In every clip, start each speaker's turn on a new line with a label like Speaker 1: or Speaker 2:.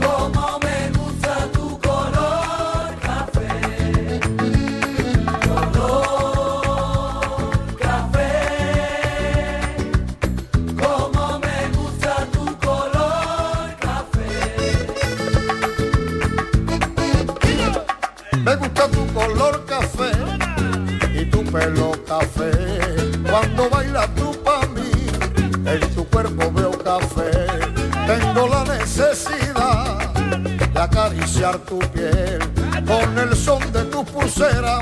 Speaker 1: Como me gusta tu color café, color café. Como me gusta tu color café.
Speaker 2: Me gusta tu color café y tu pelo café. Cuando bailas tú pa' mí, en tu cuerpo veo café. Tengo la necesidad de acariciar tu piel con el son de tu pulsera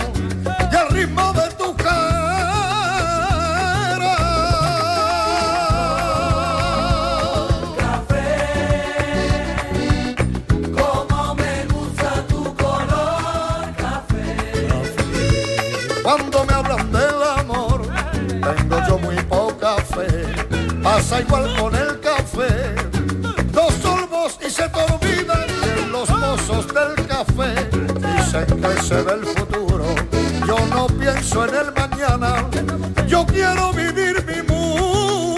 Speaker 2: y el ritmo de tu
Speaker 1: Como me gusta tu color
Speaker 2: Cuando me hablan del amor, tengo yo muy poca fe. Pasa igual con el café. Dos sorbos y se te olvidan que los pozos del café. Dicen que se ve el futuro. Yo no pienso en el mañana. Yo quiero vivir mi mundo.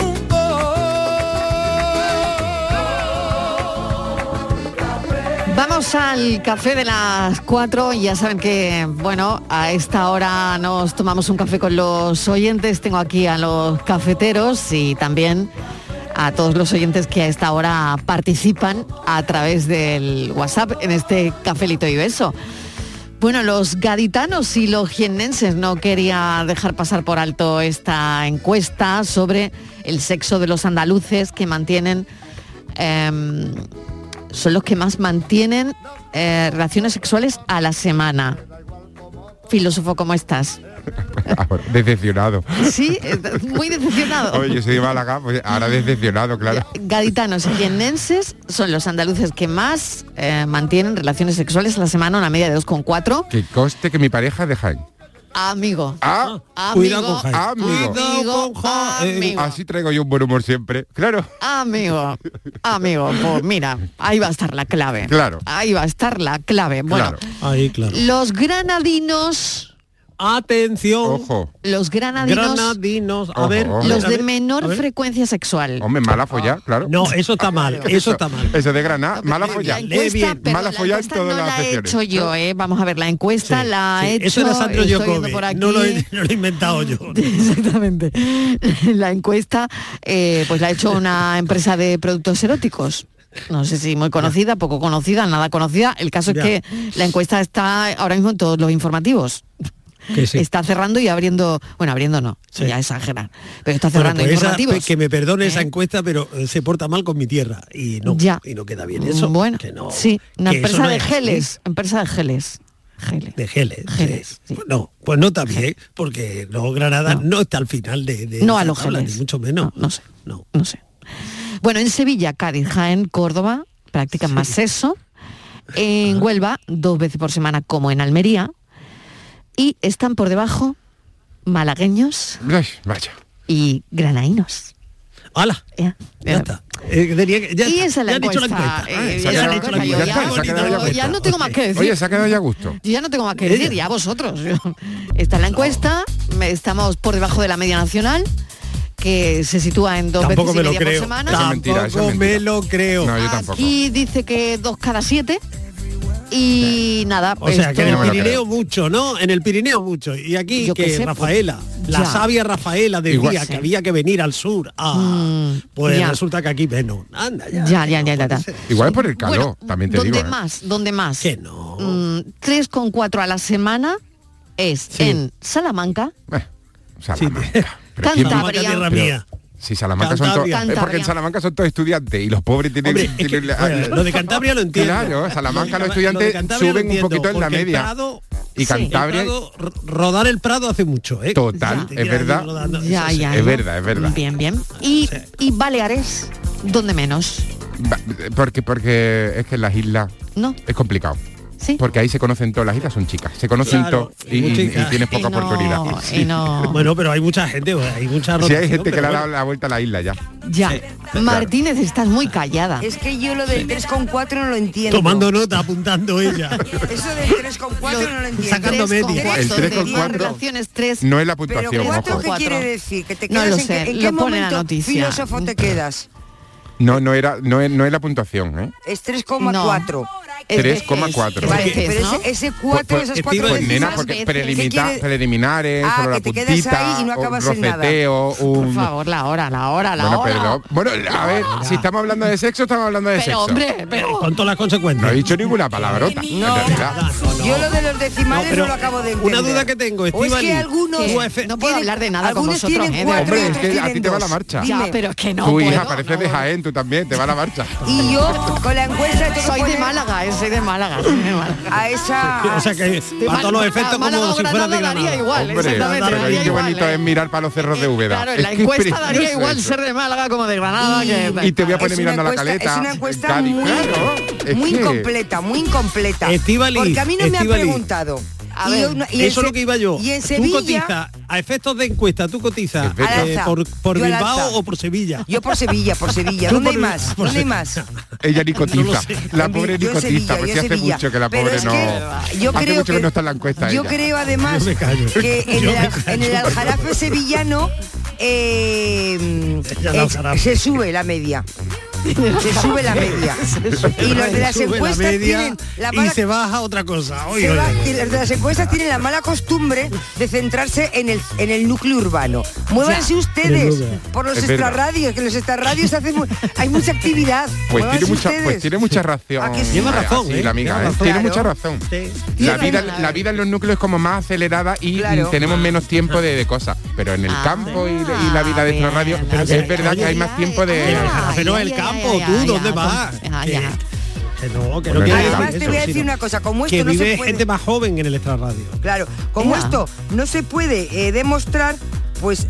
Speaker 3: Vamos al café de las 4. Ya saben que, bueno, a esta hora nos tomamos un café con los oyentes. Tengo aquí a los cafeteros y también a todos los oyentes que a esta hora participan a través del WhatsApp en este cafelito y beso. Bueno, los gaditanos y los jiennenses no quería dejar pasar por alto esta encuesta sobre el sexo de los andaluces que mantienen em, son los que más mantienen eh, relaciones sexuales a la semana. Filósofo, ¿cómo estás?
Speaker 4: Ahora, decepcionado.
Speaker 3: Sí, eh, muy decepcionado.
Speaker 4: Oye, yo soy de Málaga, pues ahora decepcionado, claro.
Speaker 3: Gaditanos y jiennenses son los andaluces que más eh, mantienen relaciones sexuales a la semana, una media de 2,4.
Speaker 4: Que coste que mi pareja deja
Speaker 3: Amigo.
Speaker 4: Ah,
Speaker 3: amigo,
Speaker 4: Amigo. Eh,
Speaker 3: amigo, amigo.
Speaker 4: Así traigo yo un buen humor siempre. Claro.
Speaker 3: Amigo, amigo, pues mira, ahí va a estar la clave.
Speaker 4: Claro.
Speaker 3: Ahí va a estar la clave. Bueno,
Speaker 5: Ahí, claro.
Speaker 3: los granadinos.
Speaker 5: Atención.
Speaker 4: Ojo.
Speaker 3: Los granadinos.
Speaker 5: Granadinos, a
Speaker 4: Ojo,
Speaker 5: ver,
Speaker 4: ojo.
Speaker 3: Los
Speaker 5: a
Speaker 3: de
Speaker 5: ver, a
Speaker 3: menor
Speaker 5: ver.
Speaker 3: frecuencia sexual.
Speaker 4: Hombre, mala follar, claro.
Speaker 5: No, eso está mal, eso está mal.
Speaker 4: Eso de Granada, mala
Speaker 3: La
Speaker 4: follar.
Speaker 3: encuesta, perdón,
Speaker 4: mala
Speaker 3: la
Speaker 4: follar en
Speaker 3: encuesta
Speaker 4: todas
Speaker 3: no
Speaker 4: las
Speaker 3: la he
Speaker 4: secciones.
Speaker 3: hecho yo, ¿eh? Vamos a ver, la encuesta la
Speaker 5: Sí,
Speaker 3: he hecho...
Speaker 5: eso era Sandro
Speaker 3: estoy viendo
Speaker 5: Jocobi,
Speaker 3: por aquí.
Speaker 5: no lo, he, no lo he inventado yo.
Speaker 3: Exactamente. La encuesta eh, pues la ha hecho una empresa de productos eróticos. No sé si muy conocida, poco conocida, nada conocida. El caso
Speaker 5: Ya.
Speaker 3: es que la encuesta está ahora mismo en todos los informativos.
Speaker 5: Que sí.
Speaker 3: Está cerrando y abriendo, bueno, abriendo no,
Speaker 5: Sí.
Speaker 3: ya exagerar, pero está
Speaker 5: Bueno,
Speaker 3: cerrando
Speaker 5: pues esa-
Speaker 3: informativos.
Speaker 5: que me perdone esa
Speaker 3: ¿Eh?
Speaker 5: encuesta, pero eh, se porta mal con mi tierra y no,
Speaker 3: Ya.
Speaker 5: y no queda bien eso.
Speaker 3: bueno,
Speaker 5: que no,
Speaker 3: sí, una
Speaker 5: que eso
Speaker 3: empresa
Speaker 5: no
Speaker 3: de
Speaker 5: es así.
Speaker 3: geles, empresa de geles. Geles.
Speaker 5: De geles.
Speaker 3: Geles,
Speaker 5: sí.
Speaker 3: sí.
Speaker 5: Pues no, pues no está bien, porque no, Granada
Speaker 3: No.
Speaker 5: no, está al final de, de
Speaker 3: No
Speaker 5: esa
Speaker 3: a los
Speaker 5: tabla,
Speaker 3: geles.
Speaker 5: ni mucho menos.
Speaker 3: No, no sé.
Speaker 5: No.
Speaker 3: no sé. Bueno, en Sevilla, Cádiz, Jaén, Córdoba practican más eso. En Huelva, dos veces por semana como en Almería. Y están por debajo malagueños
Speaker 4: Ay, vaya.
Speaker 3: y granainos.
Speaker 5: ¡Hala!
Speaker 3: Ya,
Speaker 5: Ya
Speaker 3: ya.
Speaker 5: está. Eh, tenía que- ya
Speaker 3: Y
Speaker 5: está,
Speaker 3: esa es
Speaker 5: ya
Speaker 3: la
Speaker 5: han dicho la
Speaker 3: encuesta.
Speaker 5: encuesta.
Speaker 3: eh,
Speaker 4: Ah,
Speaker 3: ya
Speaker 4: se
Speaker 3: la
Speaker 4: ha
Speaker 3: encuesta.
Speaker 4: quedado ya
Speaker 3: Yo
Speaker 4: está,
Speaker 3: ya-
Speaker 4: se ha quedado ya
Speaker 3: yo ya
Speaker 4: puesta.
Speaker 3: no tengo más que decir.
Speaker 4: Oye, se ha quedado ya a gusto.
Speaker 3: Yo ya no tengo más que decir, ya vosotros. Está en la encuesta, me- estamos por debajo de la media nacional, que se sitúa en dos
Speaker 5: Tampoco
Speaker 3: veces
Speaker 5: me
Speaker 3: y
Speaker 5: lo
Speaker 3: media por
Speaker 5: creo.
Speaker 3: semana.
Speaker 4: Eso es mentira, eso es
Speaker 5: Tampoco me
Speaker 4: mentira.
Speaker 5: lo creo.
Speaker 4: No, yo tampoco.
Speaker 3: Aquí dice que dos cada siete. Y nada,
Speaker 5: O sea, que
Speaker 3: esto-
Speaker 5: en el
Speaker 4: No me lo creo.
Speaker 5: Pirineo mucho, ¿no? En el Pirineo mucho. Y aquí
Speaker 3: Yo
Speaker 5: que,
Speaker 3: que sé,
Speaker 5: Rafaela,
Speaker 3: pues,
Speaker 5: la
Speaker 3: ya.
Speaker 5: sabia Rafaela decía
Speaker 4: Igual
Speaker 5: que
Speaker 3: sí.
Speaker 5: había que venir al sur. Ah, pues
Speaker 3: Mm, ya.
Speaker 5: resulta que aquí menos. Anda ya. pues, eh,
Speaker 3: Ya, ya,
Speaker 5: que
Speaker 3: ya,
Speaker 5: no
Speaker 3: ya, ya.
Speaker 5: puede ser.
Speaker 4: Igual es por el calor,
Speaker 3: Bueno,
Speaker 4: también te
Speaker 3: ¿Dónde
Speaker 4: digo. ¿eh?
Speaker 3: más? ¿Dónde más?
Speaker 5: Que no.
Speaker 3: Mm, 3,4 a la semana es
Speaker 5: Sí.
Speaker 3: en Salamanca,
Speaker 4: Eh, Salamanca. Pero
Speaker 3: Canta-
Speaker 4: ¿quién-
Speaker 5: Salamanca,
Speaker 3: Cantabria.
Speaker 5: tierra
Speaker 4: pero-
Speaker 5: mía.
Speaker 4: si Salamanca son todos...
Speaker 5: Cantabria.
Speaker 4: Es porque
Speaker 3: Cantabria.
Speaker 4: en Salamanca son todos estudiantes y los pobres tienen...
Speaker 5: Hombre, es que,
Speaker 4: tienen la-
Speaker 5: bueno, lo de Cantabria lo entiendo.
Speaker 4: Claro, Salamanca
Speaker 5: Lo
Speaker 4: los
Speaker 5: de
Speaker 4: estudiantes
Speaker 5: Canta- lo de Cantabria lo
Speaker 4: suben un
Speaker 5: entiendo,
Speaker 4: poquito en la
Speaker 5: porque el
Speaker 4: media.
Speaker 5: Prado-
Speaker 4: y
Speaker 3: Sí. el
Speaker 5: el
Speaker 4: Cantabria...
Speaker 5: Prado- ro- rodar el Prado hace mucho, ¿eh?
Speaker 4: Total,
Speaker 5: Te
Speaker 4: es
Speaker 5: queda ahí
Speaker 4: verdad.
Speaker 5: rodando,
Speaker 3: ya,
Speaker 5: eso sí.
Speaker 3: ya.
Speaker 4: es
Speaker 3: ¿no?
Speaker 4: verdad, es verdad.
Speaker 3: Bien, bien. Y, y Baleares, ¿dónde menos?
Speaker 4: va- Porque, porque es que en las islas
Speaker 3: ¿No?
Speaker 4: es complicado. Porque ahí se conocen todas las hijas, son chicas. Se conocen
Speaker 5: Claro,
Speaker 4: todas y, y- y
Speaker 5: chicas.
Speaker 4: tienes poca oportunidad.
Speaker 3: eh,
Speaker 4: Sí.
Speaker 5: Bueno, pero hay mucha gente,
Speaker 6: pues,
Speaker 5: hay
Speaker 4: Sí,
Speaker 5: mucha
Speaker 4: hay
Speaker 5: rotación,
Speaker 4: gente que
Speaker 5: pero
Speaker 4: le ha dado
Speaker 5: bueno.
Speaker 4: la vuelta a la isla ya.
Speaker 3: Ya. Martínez, estás muy callada.
Speaker 6: Es que yo lo del 3,4 no lo entiendo.
Speaker 5: Tomando nota, apuntando ella.
Speaker 6: Eso del 3,4 no lo entiendo.
Speaker 5: sacando
Speaker 3: Tres con
Speaker 5: media.
Speaker 3: cuatro,
Speaker 4: El tres
Speaker 3: de
Speaker 4: con
Speaker 3: diez
Speaker 4: cuatro
Speaker 3: relaciones, tres.
Speaker 4: no es la puntuación,
Speaker 6: Pero cuatro,
Speaker 4: ojo.
Speaker 6: ¿qué quiere decir? ¿Que te
Speaker 3: No
Speaker 6: quedas
Speaker 3: lo
Speaker 6: en
Speaker 3: sé,
Speaker 6: qué, en
Speaker 3: lo
Speaker 6: qué
Speaker 3: pone la
Speaker 6: momento
Speaker 3: noticia.
Speaker 6: filósofo te quedas?
Speaker 4: No, no era, no es, no es la puntuación, ¿eh?
Speaker 6: Es 3,4.
Speaker 4: Es- 3,4. es-
Speaker 6: Vale,
Speaker 4: es,
Speaker 6: pero
Speaker 4: ¿no?
Speaker 6: ese, ese 4,
Speaker 4: Pues-
Speaker 6: esas
Speaker 4: pues,
Speaker 6: 4
Speaker 4: pues, nena, porque prelimita- preliminares,
Speaker 6: Ah,
Speaker 4: solo la
Speaker 6: que te quedas
Speaker 4: puntita,
Speaker 6: ahí y no
Speaker 4: un
Speaker 6: acabas en nada.
Speaker 4: roceteo,
Speaker 3: Por
Speaker 4: un...
Speaker 3: favor, la hora, la hora, la
Speaker 4: bueno,
Speaker 3: hora.
Speaker 4: pero, bueno, a ver, si estamos hablando de sexo, estamos hablando de
Speaker 3: Pero,
Speaker 4: sexo.
Speaker 3: hombre, pero-
Speaker 5: Con todas las consecuencias.
Speaker 4: No he dicho ninguna palabrota.
Speaker 6: No.
Speaker 4: en realidad.
Speaker 6: Yo lo de los decimales
Speaker 5: No,
Speaker 6: no,
Speaker 5: pero
Speaker 6: lo acabo de entender.
Speaker 5: una duda que tengo,
Speaker 6: O es
Speaker 5: Estíbaliz,
Speaker 6: que algunos
Speaker 3: ¿Qué?
Speaker 5: UF
Speaker 3: No puedo hablar de nada con
Speaker 6: algunos
Speaker 3: vosotros,
Speaker 6: tienen
Speaker 3: ¿eh? De
Speaker 6: cuatro
Speaker 3: verdad.
Speaker 4: Hombre, es
Speaker 6: otros
Speaker 4: que a ti
Speaker 6: tienen
Speaker 4: te va la
Speaker 6: dos.
Speaker 4: marcha.
Speaker 3: Ya,
Speaker 6: Dime.
Speaker 3: pero es que no
Speaker 4: tu hija
Speaker 3: puedo, no
Speaker 4: parece de
Speaker 3: puedo.
Speaker 4: Jaén, tú también, te va la marcha.
Speaker 6: Y yo con la encuesta tengo que
Speaker 3: Soy de
Speaker 6: poner
Speaker 3: Málaga, eh, soy de Málaga, soy de Málaga.
Speaker 6: a esa
Speaker 5: O sea que a todos los efectos
Speaker 3: Málaga
Speaker 5: como
Speaker 3: o
Speaker 5: si fuera de
Speaker 3: Granada
Speaker 5: Granada.
Speaker 3: daría igual,
Speaker 4: Hombre,
Speaker 3: exactamente,
Speaker 4: pero ahí
Speaker 3: daría
Speaker 4: qué
Speaker 3: igual,
Speaker 4: bonito
Speaker 3: ¿eh?
Speaker 4: es mirar para los cerros de Úbeda.
Speaker 3: Claro,
Speaker 4: Es
Speaker 3: en la
Speaker 4: que
Speaker 3: encuesta
Speaker 4: precioso
Speaker 3: daría igual
Speaker 4: eso.
Speaker 3: ser de Málaga como de Granada. que-
Speaker 4: Y te voy a poner
Speaker 6: Ah, es una
Speaker 4: mirando la
Speaker 6: encuesta-
Speaker 4: caleta.
Speaker 6: Es una encuesta
Speaker 4: Cádiz,
Speaker 6: muy,
Speaker 4: claro, es
Speaker 6: muy
Speaker 4: que-
Speaker 6: incompleta, muy incompleta.
Speaker 5: Estíbaliz,
Speaker 6: porque a mí no me ha
Speaker 5: Estíbaliz.
Speaker 6: preguntado.
Speaker 3: A
Speaker 6: Y
Speaker 3: ver,
Speaker 6: yo no- y en
Speaker 5: Eso es lo
Speaker 6: Se-
Speaker 5: que iba yo.
Speaker 6: Y en
Speaker 5: tú
Speaker 6: Sevilla,
Speaker 5: cotizas, a efectos de encuesta, tú cotizas
Speaker 4: Perfecto.
Speaker 5: eh,
Speaker 6: Al alza.
Speaker 5: por, por
Speaker 6: Yo al
Speaker 5: Bilbao
Speaker 6: alza.
Speaker 5: o por Sevilla.
Speaker 6: yo por Sevilla, por Sevilla.
Speaker 5: Tú
Speaker 6: ¿Dónde hay
Speaker 5: por-
Speaker 6: más?
Speaker 5: por
Speaker 6: ¿Dónde hay
Speaker 5: Sevilla.
Speaker 6: más?
Speaker 4: Ella ni cotiza. la
Speaker 6: Yo
Speaker 4: pobre ni
Speaker 6: Sevilla,
Speaker 4: cotiza,
Speaker 6: yo
Speaker 4: porque hace
Speaker 6: Sevilla.
Speaker 4: mucho que la
Speaker 6: Pero
Speaker 4: pobre
Speaker 6: es
Speaker 4: no.
Speaker 6: que yo
Speaker 4: hace
Speaker 6: creo
Speaker 4: mucho que,
Speaker 6: que
Speaker 4: no está en la encuesta.
Speaker 6: Yo
Speaker 4: ella.
Speaker 6: creo además
Speaker 5: Yo me callo.
Speaker 6: que en
Speaker 5: Yo
Speaker 6: el,
Speaker 5: me
Speaker 6: al- en el
Speaker 5: callo.
Speaker 6: aljarafe sevillano eh,
Speaker 5: Ya la
Speaker 6: eh,
Speaker 5: aljarafe.
Speaker 6: se sube la media. Se sube la media. Y los de las
Speaker 5: Sube la
Speaker 6: encuestas
Speaker 5: media
Speaker 6: tienen la
Speaker 5: y
Speaker 6: mala
Speaker 5: se baja otra cosa. Oye,
Speaker 6: se
Speaker 5: oye,
Speaker 6: va-
Speaker 5: oye.
Speaker 6: y los de las encuestas tienen la mala costumbre de centrarse en el, en el núcleo urbano. Muévanse ustedes
Speaker 5: Sin duda.
Speaker 6: por los
Speaker 4: Es verdad.
Speaker 6: extrarradios, que en los extrarradios hacen mu- hay mucha actividad.
Speaker 4: Pues tiene,
Speaker 6: Muévanse
Speaker 4: mucha,
Speaker 6: ustedes.
Speaker 4: pues tiene mucha
Speaker 6: ¿A
Speaker 4: razón.
Speaker 6: que sí?
Speaker 5: Lleva razón,
Speaker 4: Sí,
Speaker 5: ¿eh?
Speaker 4: la amiga. ¿eh?
Speaker 5: Lleva razón.
Speaker 4: Tiene
Speaker 6: Claro.
Speaker 4: mucha razón.
Speaker 5: Sí.
Speaker 4: La
Speaker 3: Tiene
Speaker 4: vida,
Speaker 3: razón.
Speaker 4: la vida en los núcleos es como más acelerada y
Speaker 6: Claro.
Speaker 4: mm, tenemos menos tiempo de, de cosas. Pero en el
Speaker 3: Ah,
Speaker 4: campo y, y la vida de
Speaker 3: bien.
Speaker 4: estos radios
Speaker 3: Pero
Speaker 4: es
Speaker 5: que-
Speaker 4: verdad que hay
Speaker 3: Ay,
Speaker 4: más
Speaker 3: ay,
Speaker 4: tiempo de...
Speaker 3: ay, ay.
Speaker 5: pero el
Speaker 3: ay,
Speaker 5: campo,
Speaker 3: ay,
Speaker 5: tú,
Speaker 3: ay,
Speaker 5: ¿dónde
Speaker 3: ay,
Speaker 5: vas?
Speaker 3: ay,
Speaker 5: Que-
Speaker 3: ay.
Speaker 5: que no, que
Speaker 4: Bueno,
Speaker 5: no quiere
Speaker 4: además
Speaker 5: decir
Speaker 6: te voy a
Speaker 5: eso,
Speaker 6: decir
Speaker 5: sino
Speaker 6: una cosa, como
Speaker 5: que
Speaker 6: esto no se
Speaker 5: vive
Speaker 6: puede-
Speaker 5: gente más joven en el extrarradio.
Speaker 6: Claro, como
Speaker 3: Ea.
Speaker 6: esto no se puede eh, demostrar, pues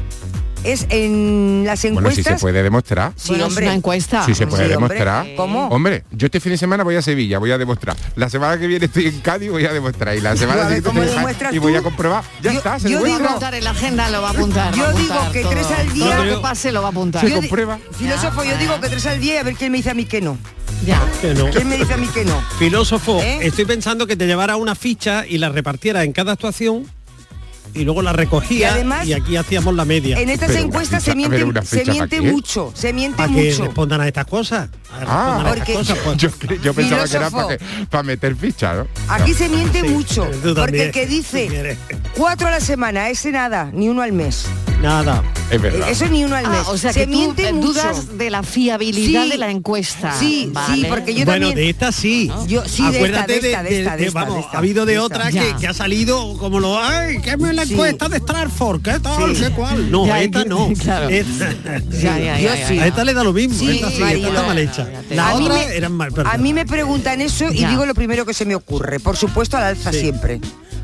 Speaker 6: es en las
Speaker 4: Bueno, si
Speaker 6: encuestas.
Speaker 4: se puede demostrar.
Speaker 6: Sí,
Speaker 3: Bueno,
Speaker 6: hombre.
Speaker 3: es una encuesta.
Speaker 4: Si se puede
Speaker 6: Sí, hombre.
Speaker 4: demostrar.
Speaker 6: ¿Cómo?
Speaker 4: Hombre, yo este fin de semana voy a Sevilla, voy a demostrar. La semana que viene estoy en Cádiz, voy a demostrar. Y la semana
Speaker 6: a ver,
Speaker 4: siguiente
Speaker 6: ¿cómo
Speaker 4: estoy en Jaén
Speaker 6: demuestras
Speaker 4: y voy
Speaker 6: tú?
Speaker 4: a comprobar. Ya
Speaker 6: Yo-
Speaker 4: está, se
Speaker 6: yo
Speaker 3: Lo va a
Speaker 4: demuestra.
Speaker 3: apuntar en la agenda, lo va a apuntar.
Speaker 6: Yo
Speaker 3: va a
Speaker 6: digo
Speaker 3: apuntar
Speaker 6: que
Speaker 3: todo.
Speaker 6: tres al día-
Speaker 3: Todo lo que pase lo va a apuntar.
Speaker 4: Sí, comprueba.
Speaker 6: Filósofo, yo
Speaker 3: Ya.
Speaker 6: digo que tres al día y a ver quién me dice a mí que no.
Speaker 3: Ya.
Speaker 5: Que no.
Speaker 6: ¿Quién me dice a mí que no?
Speaker 5: Filósofo,
Speaker 6: ¿Eh?
Speaker 5: estoy pensando que te llevara una ficha y la repartiera en cada actuación y luego la recogía y,
Speaker 6: Y además-
Speaker 5: aquí hacíamos la media.
Speaker 6: En estas
Speaker 4: Pero una
Speaker 6: encuestas
Speaker 4: ficha-
Speaker 6: se miente,
Speaker 4: pero una
Speaker 6: se
Speaker 4: ficha pa'
Speaker 6: miente
Speaker 4: qué.
Speaker 6: mucho, se miente
Speaker 5: para que
Speaker 6: mucho.
Speaker 5: respondan a estas cosas. A ver,
Speaker 4: Ah.
Speaker 5: respondan a estas
Speaker 6: Porque-
Speaker 5: cosas, pues.
Speaker 4: Yo, cre- yo pensaba que era
Speaker 6: Filósofo.
Speaker 4: para meter ficha, ¿no?
Speaker 6: Aquí se miente
Speaker 5: Sí,
Speaker 6: mucho,
Speaker 5: tú
Speaker 6: porque
Speaker 5: también,
Speaker 6: el que
Speaker 5: si
Speaker 6: dice
Speaker 5: quieres.
Speaker 6: cuatro a la semana, ese nada, ni uno al mes.
Speaker 5: Nada.
Speaker 4: Es verdad.
Speaker 6: Eso ni uno al mes.
Speaker 3: Ah, o sea
Speaker 6: se
Speaker 3: que tú
Speaker 6: miente
Speaker 3: eh,
Speaker 6: mucho.
Speaker 3: dudas de la fiabilidad
Speaker 6: Sí.
Speaker 3: de la encuesta.
Speaker 6: Sí, sí,
Speaker 3: Vale.
Speaker 6: porque yo
Speaker 5: bueno,
Speaker 6: también-
Speaker 5: de esta sí.
Speaker 6: Yo- sí, de esta,
Speaker 5: Acuérdate
Speaker 6: de esta, de esta, de esta,
Speaker 5: vamos,
Speaker 6: de esta,
Speaker 5: ha habido de,
Speaker 6: de esta.
Speaker 5: otra que,
Speaker 3: Ya.
Speaker 5: que ha salido como lo ay, que me la
Speaker 6: Sí.
Speaker 5: encuesta de Stratford, ¿qué tal?
Speaker 6: Sí.
Speaker 5: ¿Qué cual? No,
Speaker 3: Ya,
Speaker 5: esta no.
Speaker 3: claro.
Speaker 5: Esta-
Speaker 3: Ya, ya,
Speaker 6: Yo
Speaker 3: ya, ya,
Speaker 6: sí.
Speaker 3: ya.
Speaker 5: A esta le da lo mismo,
Speaker 6: Sí,
Speaker 5: esta sí,
Speaker 6: Marilo.
Speaker 5: esta está mal hecha.
Speaker 3: Ya, ya, ya.
Speaker 5: La
Speaker 6: A mí
Speaker 5: otra
Speaker 6: me-
Speaker 5: era mal
Speaker 6: A mí me preguntan eso y
Speaker 3: Ya.
Speaker 6: digo lo primero que se me ocurre. Por supuesto, al alza siempre.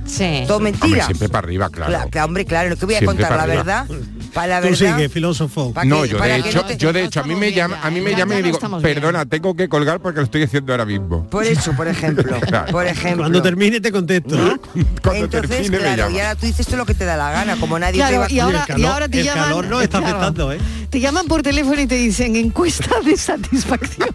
Speaker 3: Sí.
Speaker 6: Todo
Speaker 4: Hombre,
Speaker 6: mentira.
Speaker 4: siempre para arriba,
Speaker 6: Cla-
Speaker 4: claro.
Speaker 6: que, hombre, claro, lo que voy a
Speaker 4: Siempre
Speaker 6: contar la
Speaker 4: para arriba.
Speaker 6: verdad. Para la
Speaker 5: Tú
Speaker 6: verdad.
Speaker 5: sigue, filósofo.
Speaker 6: pa'
Speaker 4: No,
Speaker 6: que-
Speaker 4: yo
Speaker 6: para
Speaker 4: de
Speaker 6: que
Speaker 4: hecho,
Speaker 6: no te-
Speaker 4: yo de
Speaker 3: no
Speaker 4: hecho a mí
Speaker 3: estamos
Speaker 4: me
Speaker 3: bien
Speaker 4: llama,
Speaker 3: ya,
Speaker 4: a mí me
Speaker 3: ya,
Speaker 4: llama
Speaker 3: ya
Speaker 4: y
Speaker 3: no
Speaker 4: digo,
Speaker 3: estamos bien.
Speaker 4: perdona, tengo que colgar porque lo estoy haciendo ahora mismo.
Speaker 6: Por eso, por ejemplo.
Speaker 4: Claro.
Speaker 6: Por ejemplo.
Speaker 5: Cuando termine te contesto.
Speaker 4: Cuando
Speaker 6: Entonces,
Speaker 4: termine me
Speaker 6: claro,
Speaker 4: llama.
Speaker 6: y ahora tú dices tú lo que te da la gana, como nadie
Speaker 3: Claro,
Speaker 6: te
Speaker 3: y
Speaker 6: va
Speaker 3: ahora,
Speaker 5: el
Speaker 3: y
Speaker 5: calor-
Speaker 3: ahora te
Speaker 5: el
Speaker 3: llaman.
Speaker 5: calor no está
Speaker 3: claro,
Speaker 5: afectando, ¿eh?
Speaker 3: Te llaman por teléfono y te dicen encuesta de satisfacción.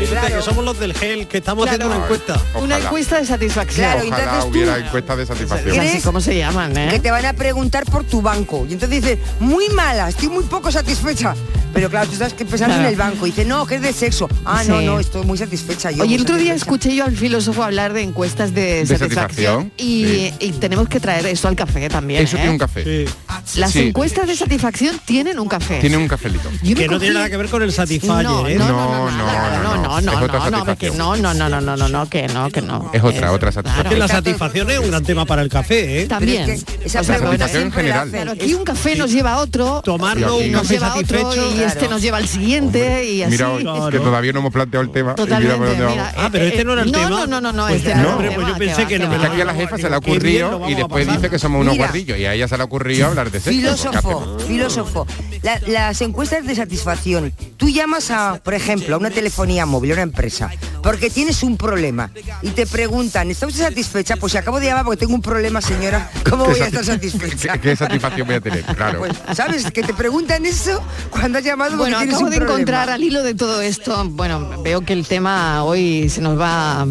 Speaker 5: Fíjate
Speaker 6: Claro.
Speaker 5: que somos los del gel, que estamos
Speaker 3: Claro.
Speaker 5: haciendo una encuesta.
Speaker 3: Una
Speaker 4: Ojalá.
Speaker 3: encuesta de satisfacción.
Speaker 6: Claro,
Speaker 4: Ojalá
Speaker 6: entonces tú-
Speaker 4: hubiera encuestas de
Speaker 3: O
Speaker 4: satisfacción.
Speaker 3: sea,
Speaker 6: ¿Crees?
Speaker 3: ¿Cómo se llaman, eh?
Speaker 6: que te van a preguntar por tu banco. Y entonces dices, muy mala, estoy muy poco satisfecha. Pero claro, tú estás que pensando
Speaker 3: Claro.
Speaker 6: en el banco. Y dices, no, que es de sexo. Ah, no,
Speaker 3: Sí.
Speaker 6: no, estoy muy satisfecha yo.
Speaker 3: Oye, el
Speaker 6: muy
Speaker 3: otro día
Speaker 6: satisfecha.
Speaker 3: escuché yo al filósofo hablar de encuestas de,
Speaker 4: De
Speaker 3: satisfacción,
Speaker 4: satisfacción,
Speaker 3: y, y tenemos que traer eso al café también.
Speaker 4: Eso
Speaker 3: ¿eh?
Speaker 4: tiene un café.
Speaker 5: Sí.
Speaker 3: Las
Speaker 4: Sí.
Speaker 3: encuestas de satisfacción tienen un café.
Speaker 4: Tiene un cafelito.
Speaker 3: Yo me
Speaker 5: Que no
Speaker 3: cogí-
Speaker 5: tiene nada que ver con el Satisfyer,
Speaker 3: No,
Speaker 5: ¿eh?
Speaker 3: no, no,
Speaker 4: No,
Speaker 3: nada,
Speaker 4: no, no,
Speaker 3: no, no,
Speaker 4: no,
Speaker 3: no,
Speaker 4: es otra
Speaker 3: no, no, que
Speaker 4: satisfacción.
Speaker 3: no, no, no, no, no, no, no, que no, que no.
Speaker 4: Es otra, otra
Speaker 5: Que
Speaker 4: satisfacción.
Speaker 5: la satisfacción es un gran tema para el café, ¿eh?
Speaker 6: Pero es
Speaker 3: También.
Speaker 6: que esa
Speaker 3: O sea,
Speaker 6: pregunta
Speaker 4: satisfacción en
Speaker 6: siempre la
Speaker 4: general.
Speaker 6: hacen.
Speaker 3: Claro, aquí un café nos lleva a otro,
Speaker 5: Tomarnos
Speaker 4: Y
Speaker 5: un
Speaker 3: nos
Speaker 4: nos
Speaker 5: café
Speaker 3: lleva a otro
Speaker 5: satisfecho.
Speaker 3: y
Speaker 6: Claro.
Speaker 3: este nos lleva al siguiente y así.
Speaker 4: Mira, que
Speaker 5: Claro.
Speaker 4: todavía no hemos planteado el tema. y mira
Speaker 3: Totalmente.
Speaker 4: por dónde vamos.
Speaker 3: mira, eh,
Speaker 5: Ah, pero este no era el tema.
Speaker 3: No, no, no, no,
Speaker 5: Pues
Speaker 3: este
Speaker 5: ya,
Speaker 3: no,
Speaker 4: no.
Speaker 3: era el
Speaker 4: Hombre,
Speaker 3: tema,
Speaker 5: pues yo
Speaker 3: que
Speaker 5: pensé
Speaker 3: va,
Speaker 5: que no
Speaker 3: va,
Speaker 5: me
Speaker 4: Es que a la
Speaker 3: va.
Speaker 4: jefa se le ha
Speaker 5: Digo, qué bien lo
Speaker 4: ocurrido
Speaker 5: vamos
Speaker 4: y
Speaker 5: a
Speaker 4: después
Speaker 5: pasar.
Speaker 4: dice que somos unos
Speaker 6: Mira.
Speaker 4: guardillos y a ella se le ha ocurrido la tarde. ¿eh?
Speaker 6: Filósofo,
Speaker 4: Porque hace-
Speaker 6: filósofo. La- las encuestas de satisfacción. Tú llamas a, por ejemplo, a una telefonía móvil, a una empresa, porque tienes un problema y te preguntan, ¿está usted satisfecha? Pues si acabo de llamar porque tengo un problema, señora, ¿cómo
Speaker 4: Qué
Speaker 6: voy a
Speaker 4: sati-
Speaker 6: estar satisfecha?
Speaker 4: ¿Qué, qué satisfacción voy a tener? Claro.
Speaker 6: Pues, ¿sabes? Que te preguntan eso cuando has llamado porque
Speaker 3: Bueno,
Speaker 6: tienes
Speaker 3: acabo
Speaker 6: un
Speaker 3: de
Speaker 6: problema.
Speaker 3: encontrar al hilo de todo esto. Bueno, veo que el tema hoy se nos va,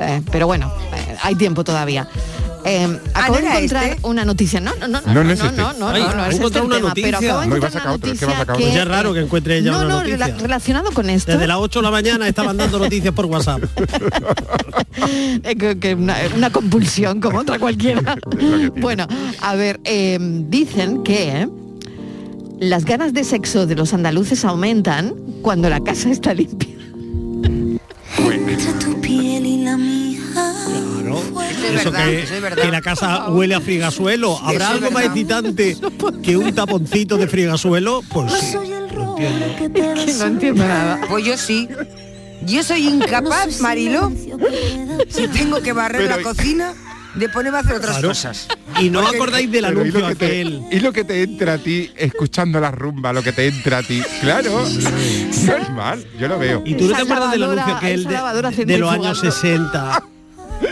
Speaker 3: eh, pero bueno, eh, hay tiempo todavía. Eh, acabo
Speaker 6: ¿no
Speaker 3: de
Speaker 6: era
Speaker 3: encontrar
Speaker 6: este?
Speaker 3: una noticia. No, no, no, no, no,
Speaker 4: No, no
Speaker 3: no,
Speaker 4: es
Speaker 3: no,
Speaker 4: este.
Speaker 3: no, no,
Speaker 5: Ay,
Speaker 3: no
Speaker 5: he
Speaker 3: es este
Speaker 5: encontrado
Speaker 3: el
Speaker 5: una
Speaker 3: tema, pero
Speaker 5: noticia.
Speaker 3: acabo de
Speaker 4: No, iba a
Speaker 3: encontrar
Speaker 4: sacar
Speaker 3: una
Speaker 4: otro, es que va a
Speaker 3: noticia
Speaker 4: sacar
Speaker 3: que-
Speaker 4: otro.
Speaker 5: Pues Ya es raro que encuentre ella
Speaker 3: no,
Speaker 5: una
Speaker 3: no,
Speaker 5: noticia.
Speaker 3: rela- relacionado con esto.
Speaker 5: Desde las 8 de la mañana estaban dando noticias por WhatsApp.
Speaker 3: Eh, que, que una, una compulsión como otra cualquiera. bueno, a ver, eh, dicen que las ganas de sexo de los andaluces aumentan cuando la casa está limpia.
Speaker 7: Entre tu piel y la mía.
Speaker 5: Claro.
Speaker 6: Pues es
Speaker 5: Eso
Speaker 6: verdad,
Speaker 5: que,
Speaker 6: eso es verdad.
Speaker 5: que la casa huele a frigasuelo. ¿Habrá
Speaker 6: eso es
Speaker 5: algo más
Speaker 6: verdad.
Speaker 5: excitante que un taponcito de frigasuelo? Pues
Speaker 7: Yo
Speaker 5: sí.
Speaker 7: soy el roble que te
Speaker 3: Que no
Speaker 7: besó.
Speaker 3: entiendo nada.
Speaker 6: Pues yo sí. Yo soy
Speaker 7: No soy
Speaker 6: incapaz, Marilo,
Speaker 7: silencio que queda
Speaker 6: si tengo que barrer la cocina, de ponerme a hacer otras
Speaker 5: Claro.
Speaker 6: cosas.
Speaker 5: Y no os
Speaker 6: Porque-
Speaker 5: acordáis del
Speaker 4: Pero
Speaker 5: anuncio
Speaker 4: que te,
Speaker 5: aquel.
Speaker 4: y lo que te entra a ti escuchando la rumba, lo que te entra a ti. Claro, no es mal, yo lo veo.
Speaker 5: Y tú no
Speaker 3: Esa
Speaker 5: te acuerdas del
Speaker 3: lavadora-
Speaker 5: anuncio aquel
Speaker 3: esa lavadora
Speaker 5: de, de los años
Speaker 3: centrifugando.
Speaker 5: 60.